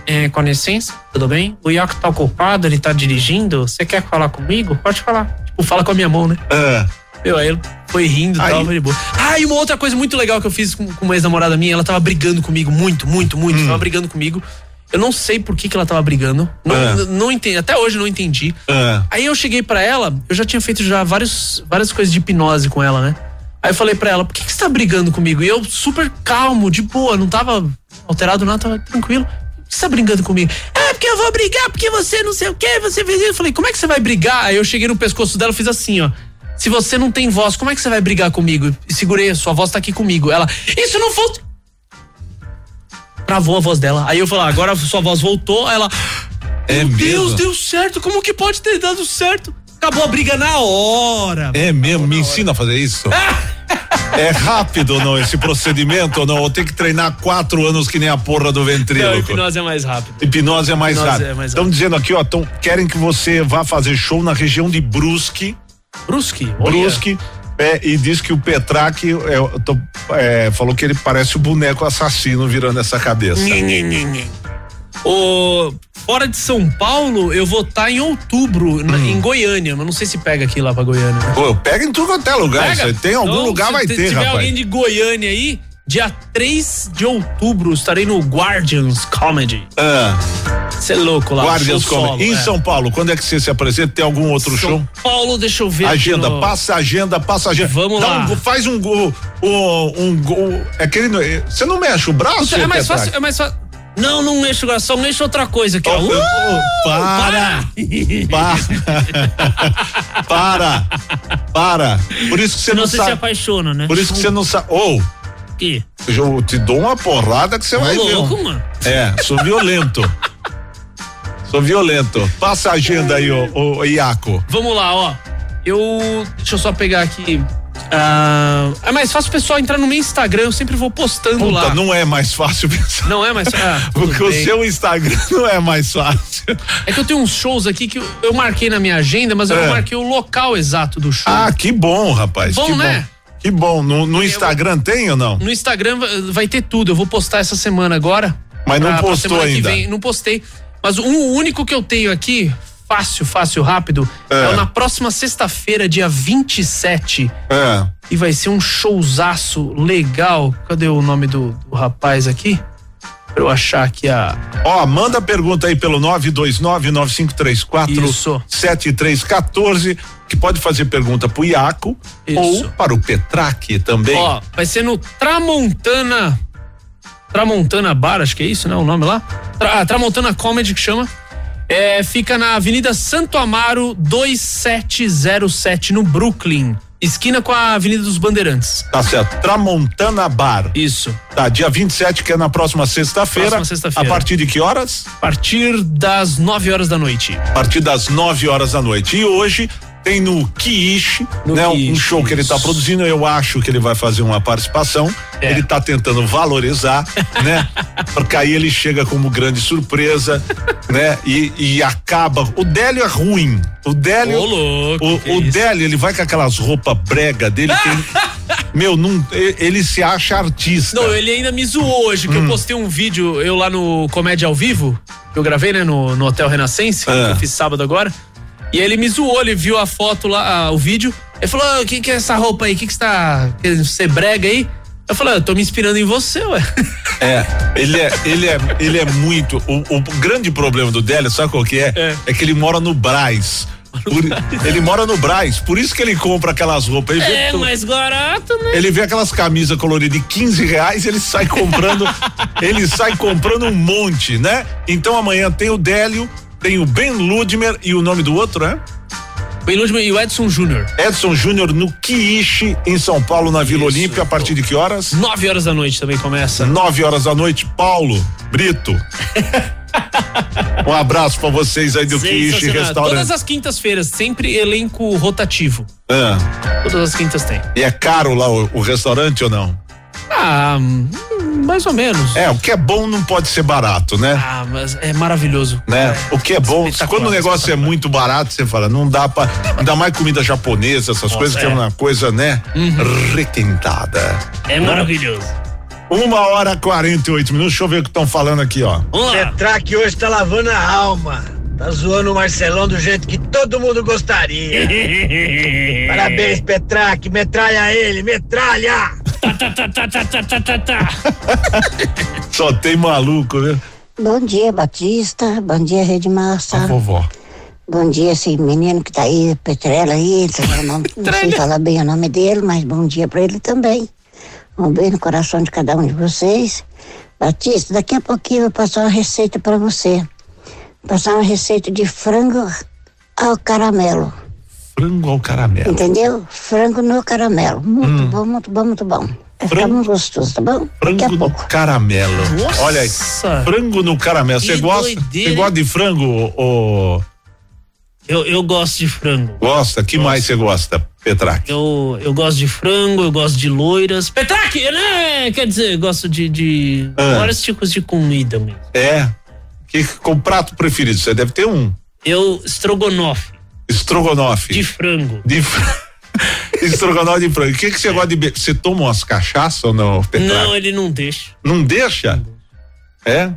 É, com licença, tudo bem? O Iaco tá ocupado, ele tá dirigindo. Você quer falar comigo? Pode falar. Tipo, fala com a minha mão, né?
ah,
Meu, aí ele foi rindo e tal, foi de boa. Ah, e uma outra coisa muito legal que eu fiz com, com uma ex-namorada minha, ela tava brigando comigo muito, muito, muito. Tava brigando comigo. Eu não sei por que, que ela tava brigando. Não,
Ah.
n- não entendi, até hoje não entendi.
Ah.
Aí eu cheguei pra ela, eu já tinha feito já vários, várias coisas de hipnose com ela, né? Aí eu falei pra ela, por que, que você tá brigando comigo? E eu super calmo, de boa, não tava alterado nada, tava tranquilo. Por que você tá brigando comigo? É, porque eu vou brigar, porque você não sei o que, você fez isso. Eu falei, como é que você vai brigar? Aí eu cheguei no pescoço dela e fiz assim, ó. Se você não tem voz, como é que você vai brigar comigo? E segurei, sua voz tá aqui comigo. Ela, isso não foi. Travou a voz dela. Aí eu falei, ah, agora sua voz voltou. Aí ela,
É
meu Deus,
mesmo?
deu certo. Como que pode ter dado certo? Acabou a briga na hora.
É mesmo, me ensina a fazer isso. É rápido não esse procedimento ou não? Ou tem que treinar quatro anos que nem a porra do
Não,
ventríloco?
hipnose é mais rápido.
Hipnose é mais
Hipnose é
rápido.
mais
Estão dizendo aqui, ó, tão, querem que você vá fazer show na região de Brusque.
Brusque?
Brusque. é, e diz que o Petraque é, eu tô, é, falou que ele parece o boneco assassino virando essa cabeça.
O, fora de São Paulo, eu vou estar em outubro, na-
Hum.
em Goiânia. Mas não sei se pega aqui lá pra Goiânia.
Pô, pega em tudo quanto é lugar.
Pega.
Isso aí. Tem algum
Então,
lugar
se
vai
t-
ter,
tiver alguém
rapaz.
de Goiânia aí, dia 3 de outubro estarei no Guardians Comedy. Você é louco lá.
Guardians
show solo,
Comedy. Ah, Em
é.
São Paulo, quando é que você se apresenta? Tem algum outro
São
show?
Paulo, deixa eu ver. aqui
Agenda,
no-
passa a agenda, passa a agenda.
Vamos
Dá
lá.
um- faz um gol, um, um gol. É aquele. no- é- Você não mexe o braço?
Puta, é mais
Petraque?
fácil, é mais fácil. Não, não mexo o braço, só mexo outra coisa aqui, ó.
Oh,
Uh,
oh, para!
Ah,
Para! Para! Por isso que você
Senão
não
você se
é
sabe.
apaixona, né?
Por isso que você não sabe. Ou.
Que?
Eu te dou uma porrada que você
Tá
Ô,
vai ver.
louco, mano.
É, sou violento. sou violento. Passa a agenda aí, ô, ô, Iaco.
Vamos lá, ó. Eu. Deixa eu só pegar aqui. Ah, é mais fácil o pessoal entrar no meu Instagram, eu sempre vou postando
Puta,
lá.
não é mais fácil pensar.
Não é mais fácil. Ah, tudo
Porque o
bem.
seu Instagram não é mais fácil.
É que eu tenho uns shows aqui que eu, eu marquei na minha agenda, mas eu
É.
não marquei o local exato do show.
Ah, que bom, rapaz.
Bom,
que
né? Hum.
bom. Que bom. No, no Instagram tem ou não?
No Instagram va- vai ter tudo. Eu vou postar essa semana agora.
Mas não
Pra- pra
postou
semana que
ainda.
vem. Não postei. Mas um- o único que eu tenho aqui, fácil, fácil, rápido, é, na próxima sexta-feira, dia 27.
É.
E vai ser um showzaço legal. Cadê o nome do, do rapaz aqui? Pra eu achar aqui a.
Ó, manda pergunta aí pelo 9299534 7314, que pode fazer pergunta pro Iaco ou para o Petraque também.
Ó, vai ser no Tramontana. Tramontana Bar, acho que é isso, né? O nome lá? Tra- ah, Tramontana Comedy que chama. É, fica na Avenida Santo Amaro 2707, no Brooklyn. Esquina com a Avenida dos Bandeirantes.
Tá certo. Tramontana Bar.
Isso.
Tá, dia 27, que é na próxima sexta-feira.
Próxima sexta-feira.
A partir de que horas?
A partir das 9 horas da noite.
A partir das 9 horas da noite. E hoje tem no Kiishi, né? um- um show que ele tá produzindo, eu acho que ele vai fazer uma participação,
É.
ele tá tentando valorizar, né? Porque aí ele chega como grande surpresa, né? E, e acaba, o Délio é ruim, o Délio,
Ô, louco,
o,
que
o
isso.
Délio, ele vai com aquelas roupas brega dele, que ele- meu, não, e- ele se acha artista.
Não, ele ainda me zoou hoje, que eu postei um vídeo, eu lá no Comédia ao Vivo, que eu gravei, né, no, no Hotel Renascença, que eu fiz sábado agora. E ele me zoou, ele viu a foto lá, ah, o vídeo, ele falou: "Ah, o que, que é essa roupa aí? O que, que você tá. querendo ser brega aí? Eu falei: "Ah, eu tô me inspirando em você, ué.
É, ele é, ele é, ele é muito. O, o grande problema do Délio, sabe qual que é? É, que ele mora no Braz. Por- ele mora no Braz, por isso que ele compra aquelas roupas. Ele,
É
vê,
mais barato, né?
ele vê aquelas camisas coloridas de 15 reais, ele sai comprando, ele sai comprando um monte, né? Então amanhã tem o Délio, tem o Ben Ludmer e o nome do outro, né?
Ben Ludmer e o Edson Júnior.
Edson Júnior no Quiche, em São Paulo, na Vila Olímpia, a partir de que horas?
9 horas da noite também começa.
9 horas da noite, Paulo Brito. um abraço pra vocês aí do Quiche
Sensacional. Todas
Restaurante.
as quintas-feiras, sempre elenco rotativo.
Ah,
Todas as quintas tem.
e é caro lá o, o restaurante ou não?
Ah, hum, mais ou menos.
É, o que é bom não pode ser barato, né?
Ah, mas é maravilhoso.
Né? O que é bom, quando o negócio é muito barato, você fala, não dá pra. Ainda mais comida japonesa, essas
Nossa,
coisas que é
é. Uhum.
uma coisa, né? Requentada.
É maravilhoso.
Uma hora e 48 minutos. Deixa eu ver o que estão falando aqui, ó.
Petraque hoje tá lavando a alma. Tá zoando o Marcelão do jeito que todo mundo gostaria. Parabéns, Petraque. Metralha ele, metralha!
Tá,
Só tem maluco, né?
Bom dia, Batista. Bom dia, Rede Massa.
vovó.
Bom dia, esse menino que tá aí, Petrela aí. sei lá o nome- Não sei falar bem o nome dele, mas bom dia pra ele também. Um beijo no coração de cada um de vocês. Batista, daqui a pouquinho eu vou passar uma receita pra você. Vou Passar uma receita de frango ao caramelo.
Frango ao caramelo.
Entendeu? Frango no caramelo. Muito bom, muito bom, muito bom. Vai ficar muito gostoso, tá bom?
Frango no caramelo.
Nossa!
Olha aí. Frango no caramelo. Você
Que
gosta?
doideira,
Você gosta de frango, ô?
Eu, eu gosto de frango.
Gosta? Que mais você gosta, Petraque?
Eu, eu gosto de frango, eu gosto de loiras. Petraque, né? Quer dizer, eu gosto de, de
Ah.
vários tipos de comida mesmo.
É. Que, qual prato preferido? Você deve ter um.
Eu, estrogonofe.
Estrogonofe.
De frango.
De fr- Estrogonofe de frango. O que, que você gosta de beber? Você toma umas cachaças ou não, Petraque?
Não, ele não deixa.
Não deixa? É?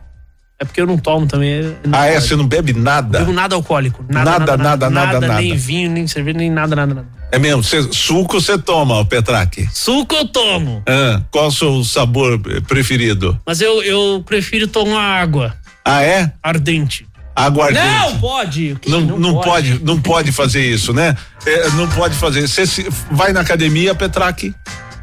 É porque eu não tomo também.
ah, é? Você não bebe nada?
Bebo nada alcoólico.
Nada, nada, nada,
Nem
nada.
vinho, nem cerveja, nem nada, nada, nada.
É mesmo? Cê- suco você toma, ô, Petraque?
Suco eu tomo,
Ah, qual o seu sabor eh, preferido?
mas eu, eu prefiro tomar água.
Ah, é?
Ardente.
Aguardente.
Não pode.
Não, não pode. não pode fazer isso, né? É, não pode fazer. Você se- vai na academia, Petraque?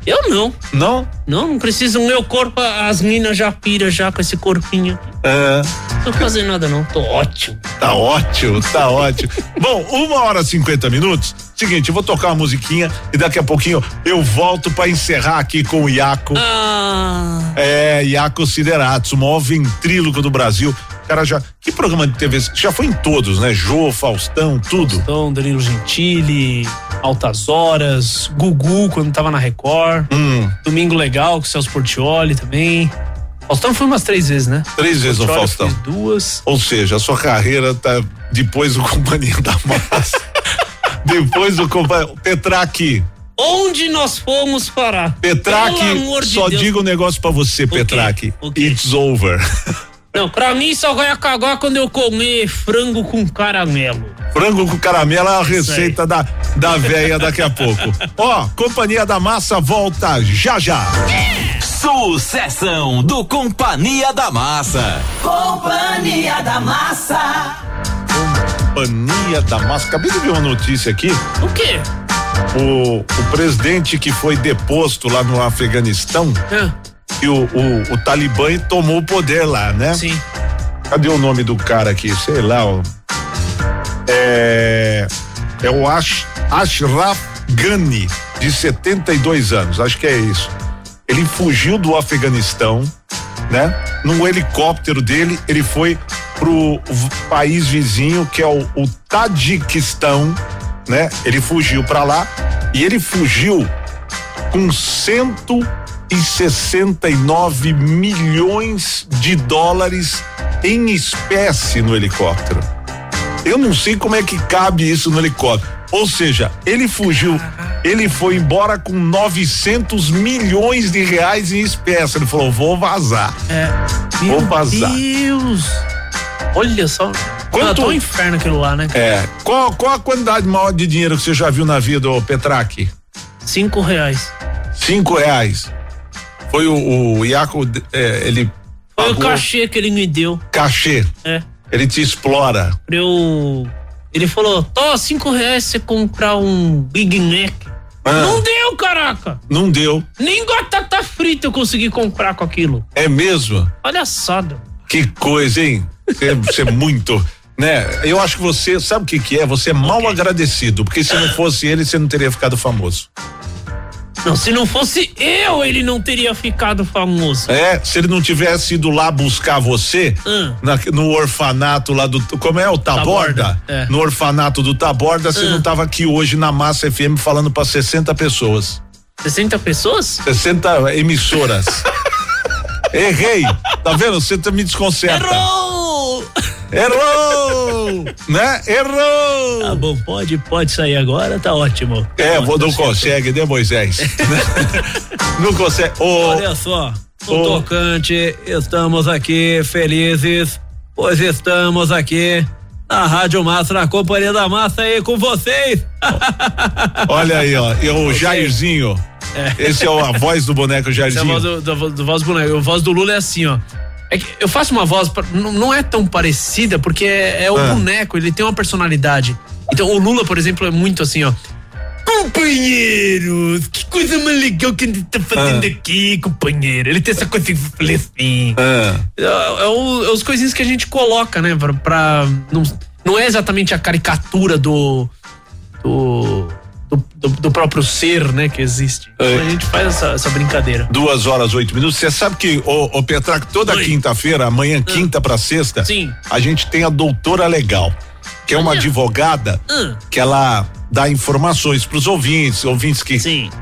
Eu não.
Não?
Não, não precisa. O meu corpo, as minas já pira já com esse corpinho.
É.
Não tô fazendo nada não, tô ótimo.
Tá ótimo, tá ótimo. Bom, uma hora e cinquenta minutos. Seguinte, eu vou tocar uma musiquinha e daqui a pouquinho eu volto pra encerrar aqui com o Iaco.
Ah.
É, Iaco Sideratsu, o maior ventríloco do Brasil. Cara, já. Que programa de TV? Já foi em todos, né? Jô, Faustão, tudo.
Então, Danilo Gentili, Altas Horas, Gugu quando tava na Record.
Hum.
Domingo Legal com o Celso Portioli também. Faustão foi umas três vezes, né?
Três vezes no
Portiolli eu
Faustão.
fiz Duas.
Ou seja, a sua carreira tá depois do Companhia da Massa. depois do Companhia. Petraque.
Onde nós fomos parar? Pelo amor
Petraque,
de
só
Deus.
digo um negócio pra você, Petraque. It's over.
Não, pra mim só vai acabar quando eu comer frango com caramelo.
Frango com caramelo é a
Isso
receita da, da véia daqui a pouco. Ó, Companhia da Massa volta já já.
Sucessão do Companhia da Massa.
Companhia da Massa.
Companhia da Massa. Acabei de ver uma notícia aqui.
O quê?
O, o presidente que foi deposto lá no Afeganistão,
É.
que o, o, o Talibã tomou o poder lá, né?
Sim.
Cadê o nome do cara aqui? Sei lá, ó. É. É o Ash, Ashraf Ghani, de 72 anos, acho que é isso. Ele fugiu do Afeganistão, né? Num helicóptero dele, ele foi pro v- país vizinho, que é o, o Tadiquistão, né? Ele fugiu para lá e ele fugiu com 169 milhões de dólares em espécie no helicóptero. Eu não sei como é que cabe isso no helicóptero. Ou seja, ele fugiu, ele foi embora com 900 milhões de reais em espécie. Ele falou: vou vazar.
É.
Vou vazar.
Meu Deus! Olha só.
Quanto-
Quanto... Tá um inferno aquilo lá, né?
É. Qual, qual a quantidade maior de dinheiro que você já viu na vida, ô Petraque? É.
Cinco reais.
Cinco reais. Foi o, o Iaco, é, ele.
Foi o
pagou
cachê que ele me deu.
Cachê.
É.
Ele te explora.
Pra eu. Ele falou: Tó, cinco reais você comprar um Big Mac.
Ah.
Não deu, caraca!
Não deu.
Nem batata frita eu consegui comprar com aquilo.
É mesmo?
Olha só, Dom.
Que coisa, hein? Você- Você é muito. Né? Eu acho que você, sabe o que que é? Você é mal agradecido, porque se não fosse ele, você não teria ficado famoso.
Não, se não fosse eu, ele não teria ficado famoso.
É, se ele não tivesse ido lá buscar você,
Hum.
na- no orfanato lá do. Como é o Taborda?
Taborda, é.
No orfanato do Taborda, você
Hum.
não tava aqui hoje na Massa FM falando pra 60 pessoas.
60 pessoas?
60 emissoras. Errei! Tá vendo? Você tá- me desconcerta.
Errou!
Errou! né? Errou!
Tá bom, pode, pode sair agora, tá ótimo.
É, vou-
tá
não consegue, né, Moisés? não consegue.
Olha só, no tocante, estamos aqui felizes, pois estamos aqui na Rádio Massa, na Companhia da Massa aí com vocês.
Olha aí, ó. E o Jairzinho. Esse é o- a voz do boneco
Essa é a
Jairzinho.
voz do, do, do voz do boneco. A voz do Lula é assim, ó. É que eu faço uma voz, pra- não não é tão parecida, porque é, é o
Ah.
boneco, ele tem uma personalidade. Então o Lula, por exemplo, é muito assim, ó. Companheiros, que coisa mais legal que a gente tá fazendo aqui, companheiro. Ele tem essa coisa assim, falei assim.
Ah,
É, é o- é os coisinhas que a gente coloca, né? Pra, pra- não, não é exatamente a caricatura do do, do, do- do próprio ser, né? Que existe.
É.
Então a gente faz essa, essa brincadeira.
Duas horas, oito minutos. Você sabe que, ô, ô Petraco, toda quinta-feira,
Ah.
amanhã, quinta pra sexta,
Sim.
a gente tem a doutora legal, que é uma advogada
Hum.
que ela dá informações pros ouvintes, ouvintes que,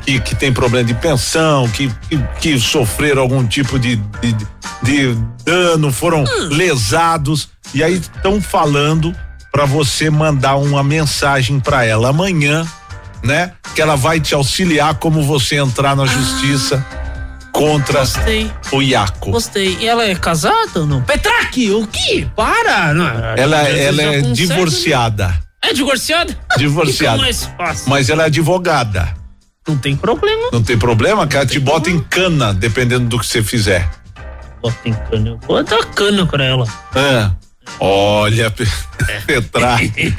que, que tem problema de pensão, que, que, que sofreram algum tipo de, de, de dano, foram lesados. E aí estão falando pra você mandar uma mensagem pra ela amanhã, né? Que ela vai te auxiliar como você entrar na justiça
Ah.
contra
Gostei.
o Iaco.
Gostei. E ela é casada ou não? Petraque, o que? Para! Não,
Ela,
às vezes
ela
já
é
consegue,
divorciada.
né? É divorciada?
Divorciada.
Fica mais fácil.
Mas ela é advogada.
Não tem problema.
Não tem problema, cara. Te bota em cana, dependendo do que você fizer.
Bota em cana. Eu vou dar cana pra ela.
Ah, olha, Pe- Petraque.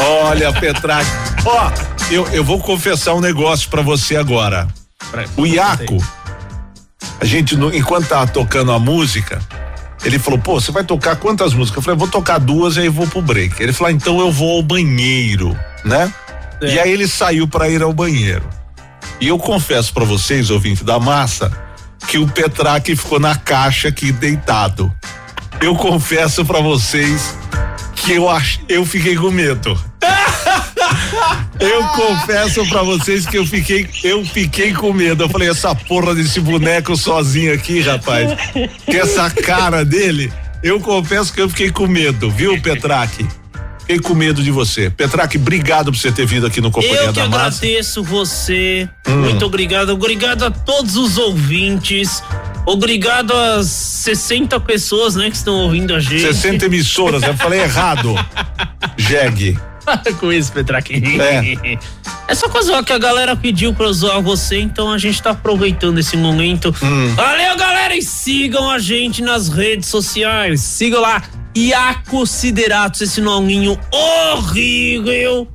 Olha, Petraque. Ó, eu, eu vou confessar um negócio pra você agora. O Iaco, a gente, no- enquanto tava tocando a música, ele falou, pô, você vai tocar quantas músicas? Eu falei, vou tocar duas e aí vou pro break. Ele falou, "Ah, então eu vou ao banheiro, né? E aí ele saiu pra ir ao banheiro. E eu confesso pra vocês, ouvinte da massa, que o Petraque ficou na caixa aqui deitado. Eu confesso pra vocês que eu ach... eu fiquei com medo. Eu confesso pra vocês que eu fiquei, eu fiquei com medo. Eu falei, essa porra desse boneco sozinho aqui, rapaz. Que essa cara dele, eu confesso que eu fiquei com medo, viu, Petraque? Fiquei com medo de você. Petraque, obrigado por você ter vindo aqui no Companhia
Eu que
da Massa.
agradeço você.
Hum.
Muito obrigado. Obrigado a todos os ouvintes. Obrigado às 60 pessoas, né, que estão ouvindo a gente.
60 emissoras, eu falei errado. Jeg.
Para com isso, Petraque.
É.
É só coisa que a galera pediu pra eu zoar você, então a gente tá aproveitando esse momento.
Hum.
Valeu, galera! E sigam a gente nas redes sociais. Sigam lá, Iaco Sideratos, esse nominho horrível.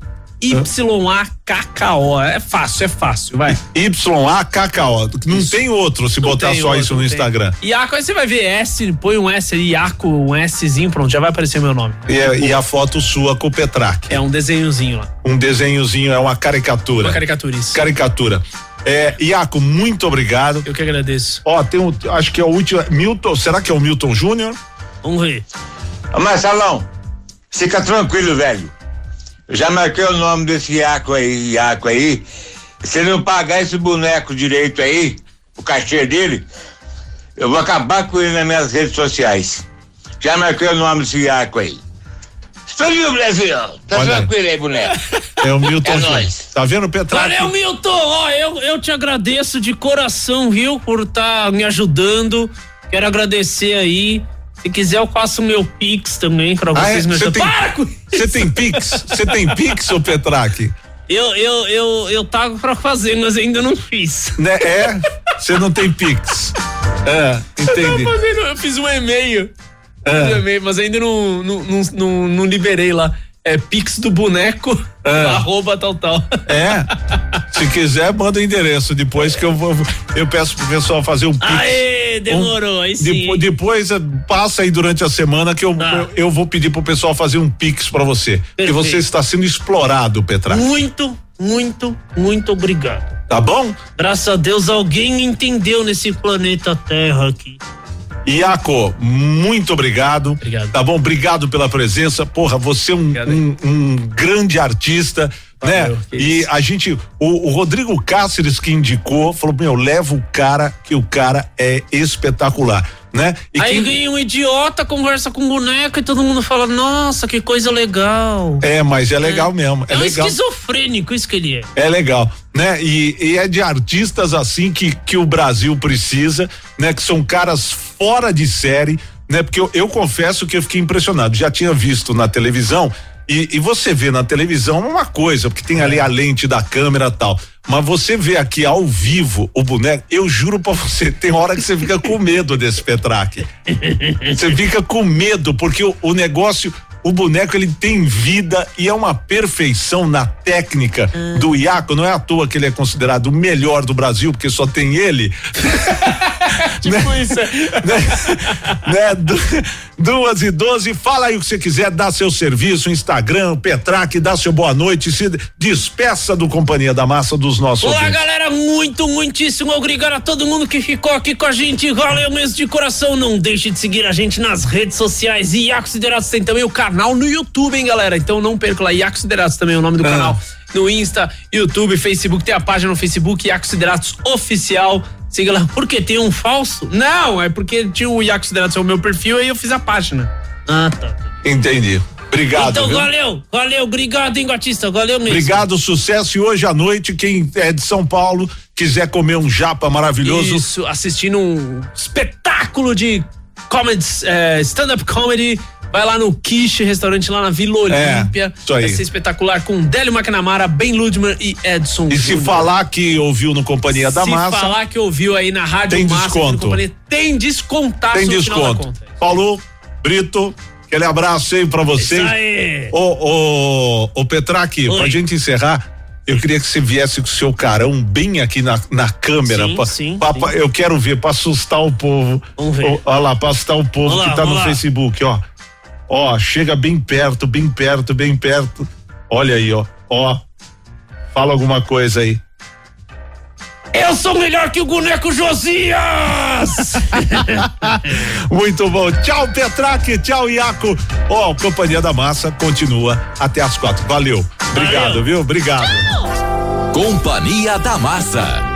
Y-A-K-K-O. É fácil, é fácil, vai.
Y-A-K-K-O. Não tem outro se botar
tem
só
outro,
isso no
não tem.
Instagram.
Iaco, aí você vai ver S, põe um S aí, Iaco, um Szinho, pronto, já vai aparecer meu nome.
E, a- e a foto sua com o Petraque.
É um desenhozinho lá.
Um desenhozinho, é uma caricatura.
Uma caricatura, isso.
Caricatura. É, Iaco, muito obrigado.
Eu que agradeço.
Ó, tem um, acho que é o último, Milton, será que é o Milton Júnior?
Vamos ver.
Ô, Marcelão, fica tranquilo, velho. Já marquei o nome desse Iaco aí, Iaco aí. Se ele não pagar esse boneco direito aí, o cachê dele, eu vou acabar com ele nas minhas redes sociais. Já marquei o nome desse Iaco aí. Estúdio Brasil!
Olha
Tá
aí.
tranquilo aí, boneco.
É o Milton.
É
Júnior.
nóis.
Tá vendo, Petrarca?
Valeu, Milton! Ó, eu, eu te agradeço de coração, viu, por estar me ajudando. Quero agradecer aí. Se quiser, eu faço meu Pix também pra
Ah, é?
vocês me
Você tem-
ajudarem. Para com
Você tem Pix? Você tem Pix, ô Petraque?
Eu, eu, eu, eu tava pra fazer, mas ainda não fiz.
Né? É? Você não tem Pix. É, entendi.
Eu, tava fazendo, eu fiz um e-mail.
É.
Fiz um e-mail, mas ainda não, não, não, não- não liberei lá. É pix do boneco, arroba tal tal.
É? Se quiser, manda o endereço depois que eu vou. Eu peço pro pessoal fazer um Pix.
Aê, demorou, aí sim. Tá.
Depo- Depois, eh, passa aí durante a semana que eu, eu, eu vou pedir pro pessoal fazer um Pix pra você. Porque
Perfeito. Uh.
você está sendo explorado, Petraque.
Muito, muito, muito obrigado.
Tá bom?
Graças a Deus alguém entendeu nesse planeta Terra aqui.
Iaco, muito obrigado. Obrigado. Tá bom? Obrigado pela presença. Porra, você é um, um- um grande artista. né? E a gente, o, o Rodrigo Cáceres que indicou, falou: meu, leva o cara, que o cara é espetacular, né? E
aí
quem-
vem um idiota, conversa com um boneco e todo mundo fala, nossa, que coisa legal.
É, mas é legal mesmo. É,
É, um
legal.
esquizofrênico, isso que ele é.
É legal, né? E, e é de artistas assim que, que o Brasil precisa, né? Que são caras fora de série, né? Porque eu, eu confesso que eu fiquei impressionado. Já tinha visto na televisão e, e você vê na televisão uma coisa, porque tem ali a lente da câmera e tal. Mas você vê aqui ao vivo o boneco, eu juro pra você, tem hora que você fica com medo desse Petraque. Você fica com medo, porque o, o negócio, o boneco, ele tem vida e é uma perfeição na técnica
Ah.
do Iaco. Não é à toa que ele é considerado o melhor do Brasil, porque só tem ele. tipo
isso. é.
Né? Du- Duas e doze, fala aí o que você quiser, dá seu serviço, Instagram, Petraque, dá seu boa noite, se despeça do Companhia da Massa dos nossos
Olá,
ouvintes.
galera, muito, muitíssimo obrigado a todo mundo que ficou aqui com a gente. Valeu mesmo de coração. Não deixe de seguir a gente nas redes sociais. E Iaco Sideratos tem também o canal no YouTube, hein, galera? Então não perca lá. Iaco Sideratos também é o nome
Ah.
do canal. No Insta, YouTube, Facebook. Tem a página no Facebook, Iaco Sideratos Oficial. Siga lá. Por quê? Tem um falso? Não, é porque tinha o Iaco Sideratos, é o meu perfil, aí eu fiz a página. Ah, tá.
Entendi. Obrigado.
então
viu?
valeu, valeu. Obrigado, hein, Batista. Valeu mesmo.
Obrigado, sucesso. E hoje à noite, quem é de São Paulo, quiser comer um japa maravilhoso.
Isso, assistindo um espetáculo de comedy, eh, stand-up comedy. Vai lá no Quiche, restaurante lá na Vila
É,
Olímpia.
isso aí.
Vai ser espetacular com Délio McNamara, Ben Ludman e Edson
E se
Júnior.
falar que ouviu no Companhia da
Se
Massa,
falar que ouviu aí na Rádio
Tem
Massa, aqui no
desconto.
Companhia, tem descontaço
tem
no final da
desconto.
conta.
Paulo, Brito, aquele abraço aí pra vocês.
Isso aí.
Ô, ô, ô Petraque,
Oi.
pra gente encerrar. Eu queria que você viesse com o seu carão bem aqui na, na câmera.
Sim,
Pa-
sim,
pa-
sim.
pa- Eu quero ver, pra assustar o povo.
Vamos ver.
Ó, Olha lá, pra assustar o povo
Vamos lá,
que tá no
vamos lá.
Facebook, ó. Ó, chega bem perto, bem perto, bem perto. Olha aí, ó. Ó. Fala alguma coisa aí.
Eu sou melhor que o boneco Josias!
Muito bom. Tchau, Petraque. Tchau, Iaco. Ó, Companhia da Massa continua até as quatro. Valeu. Obrigado, viu? Obrigado.
Companhia da Massa.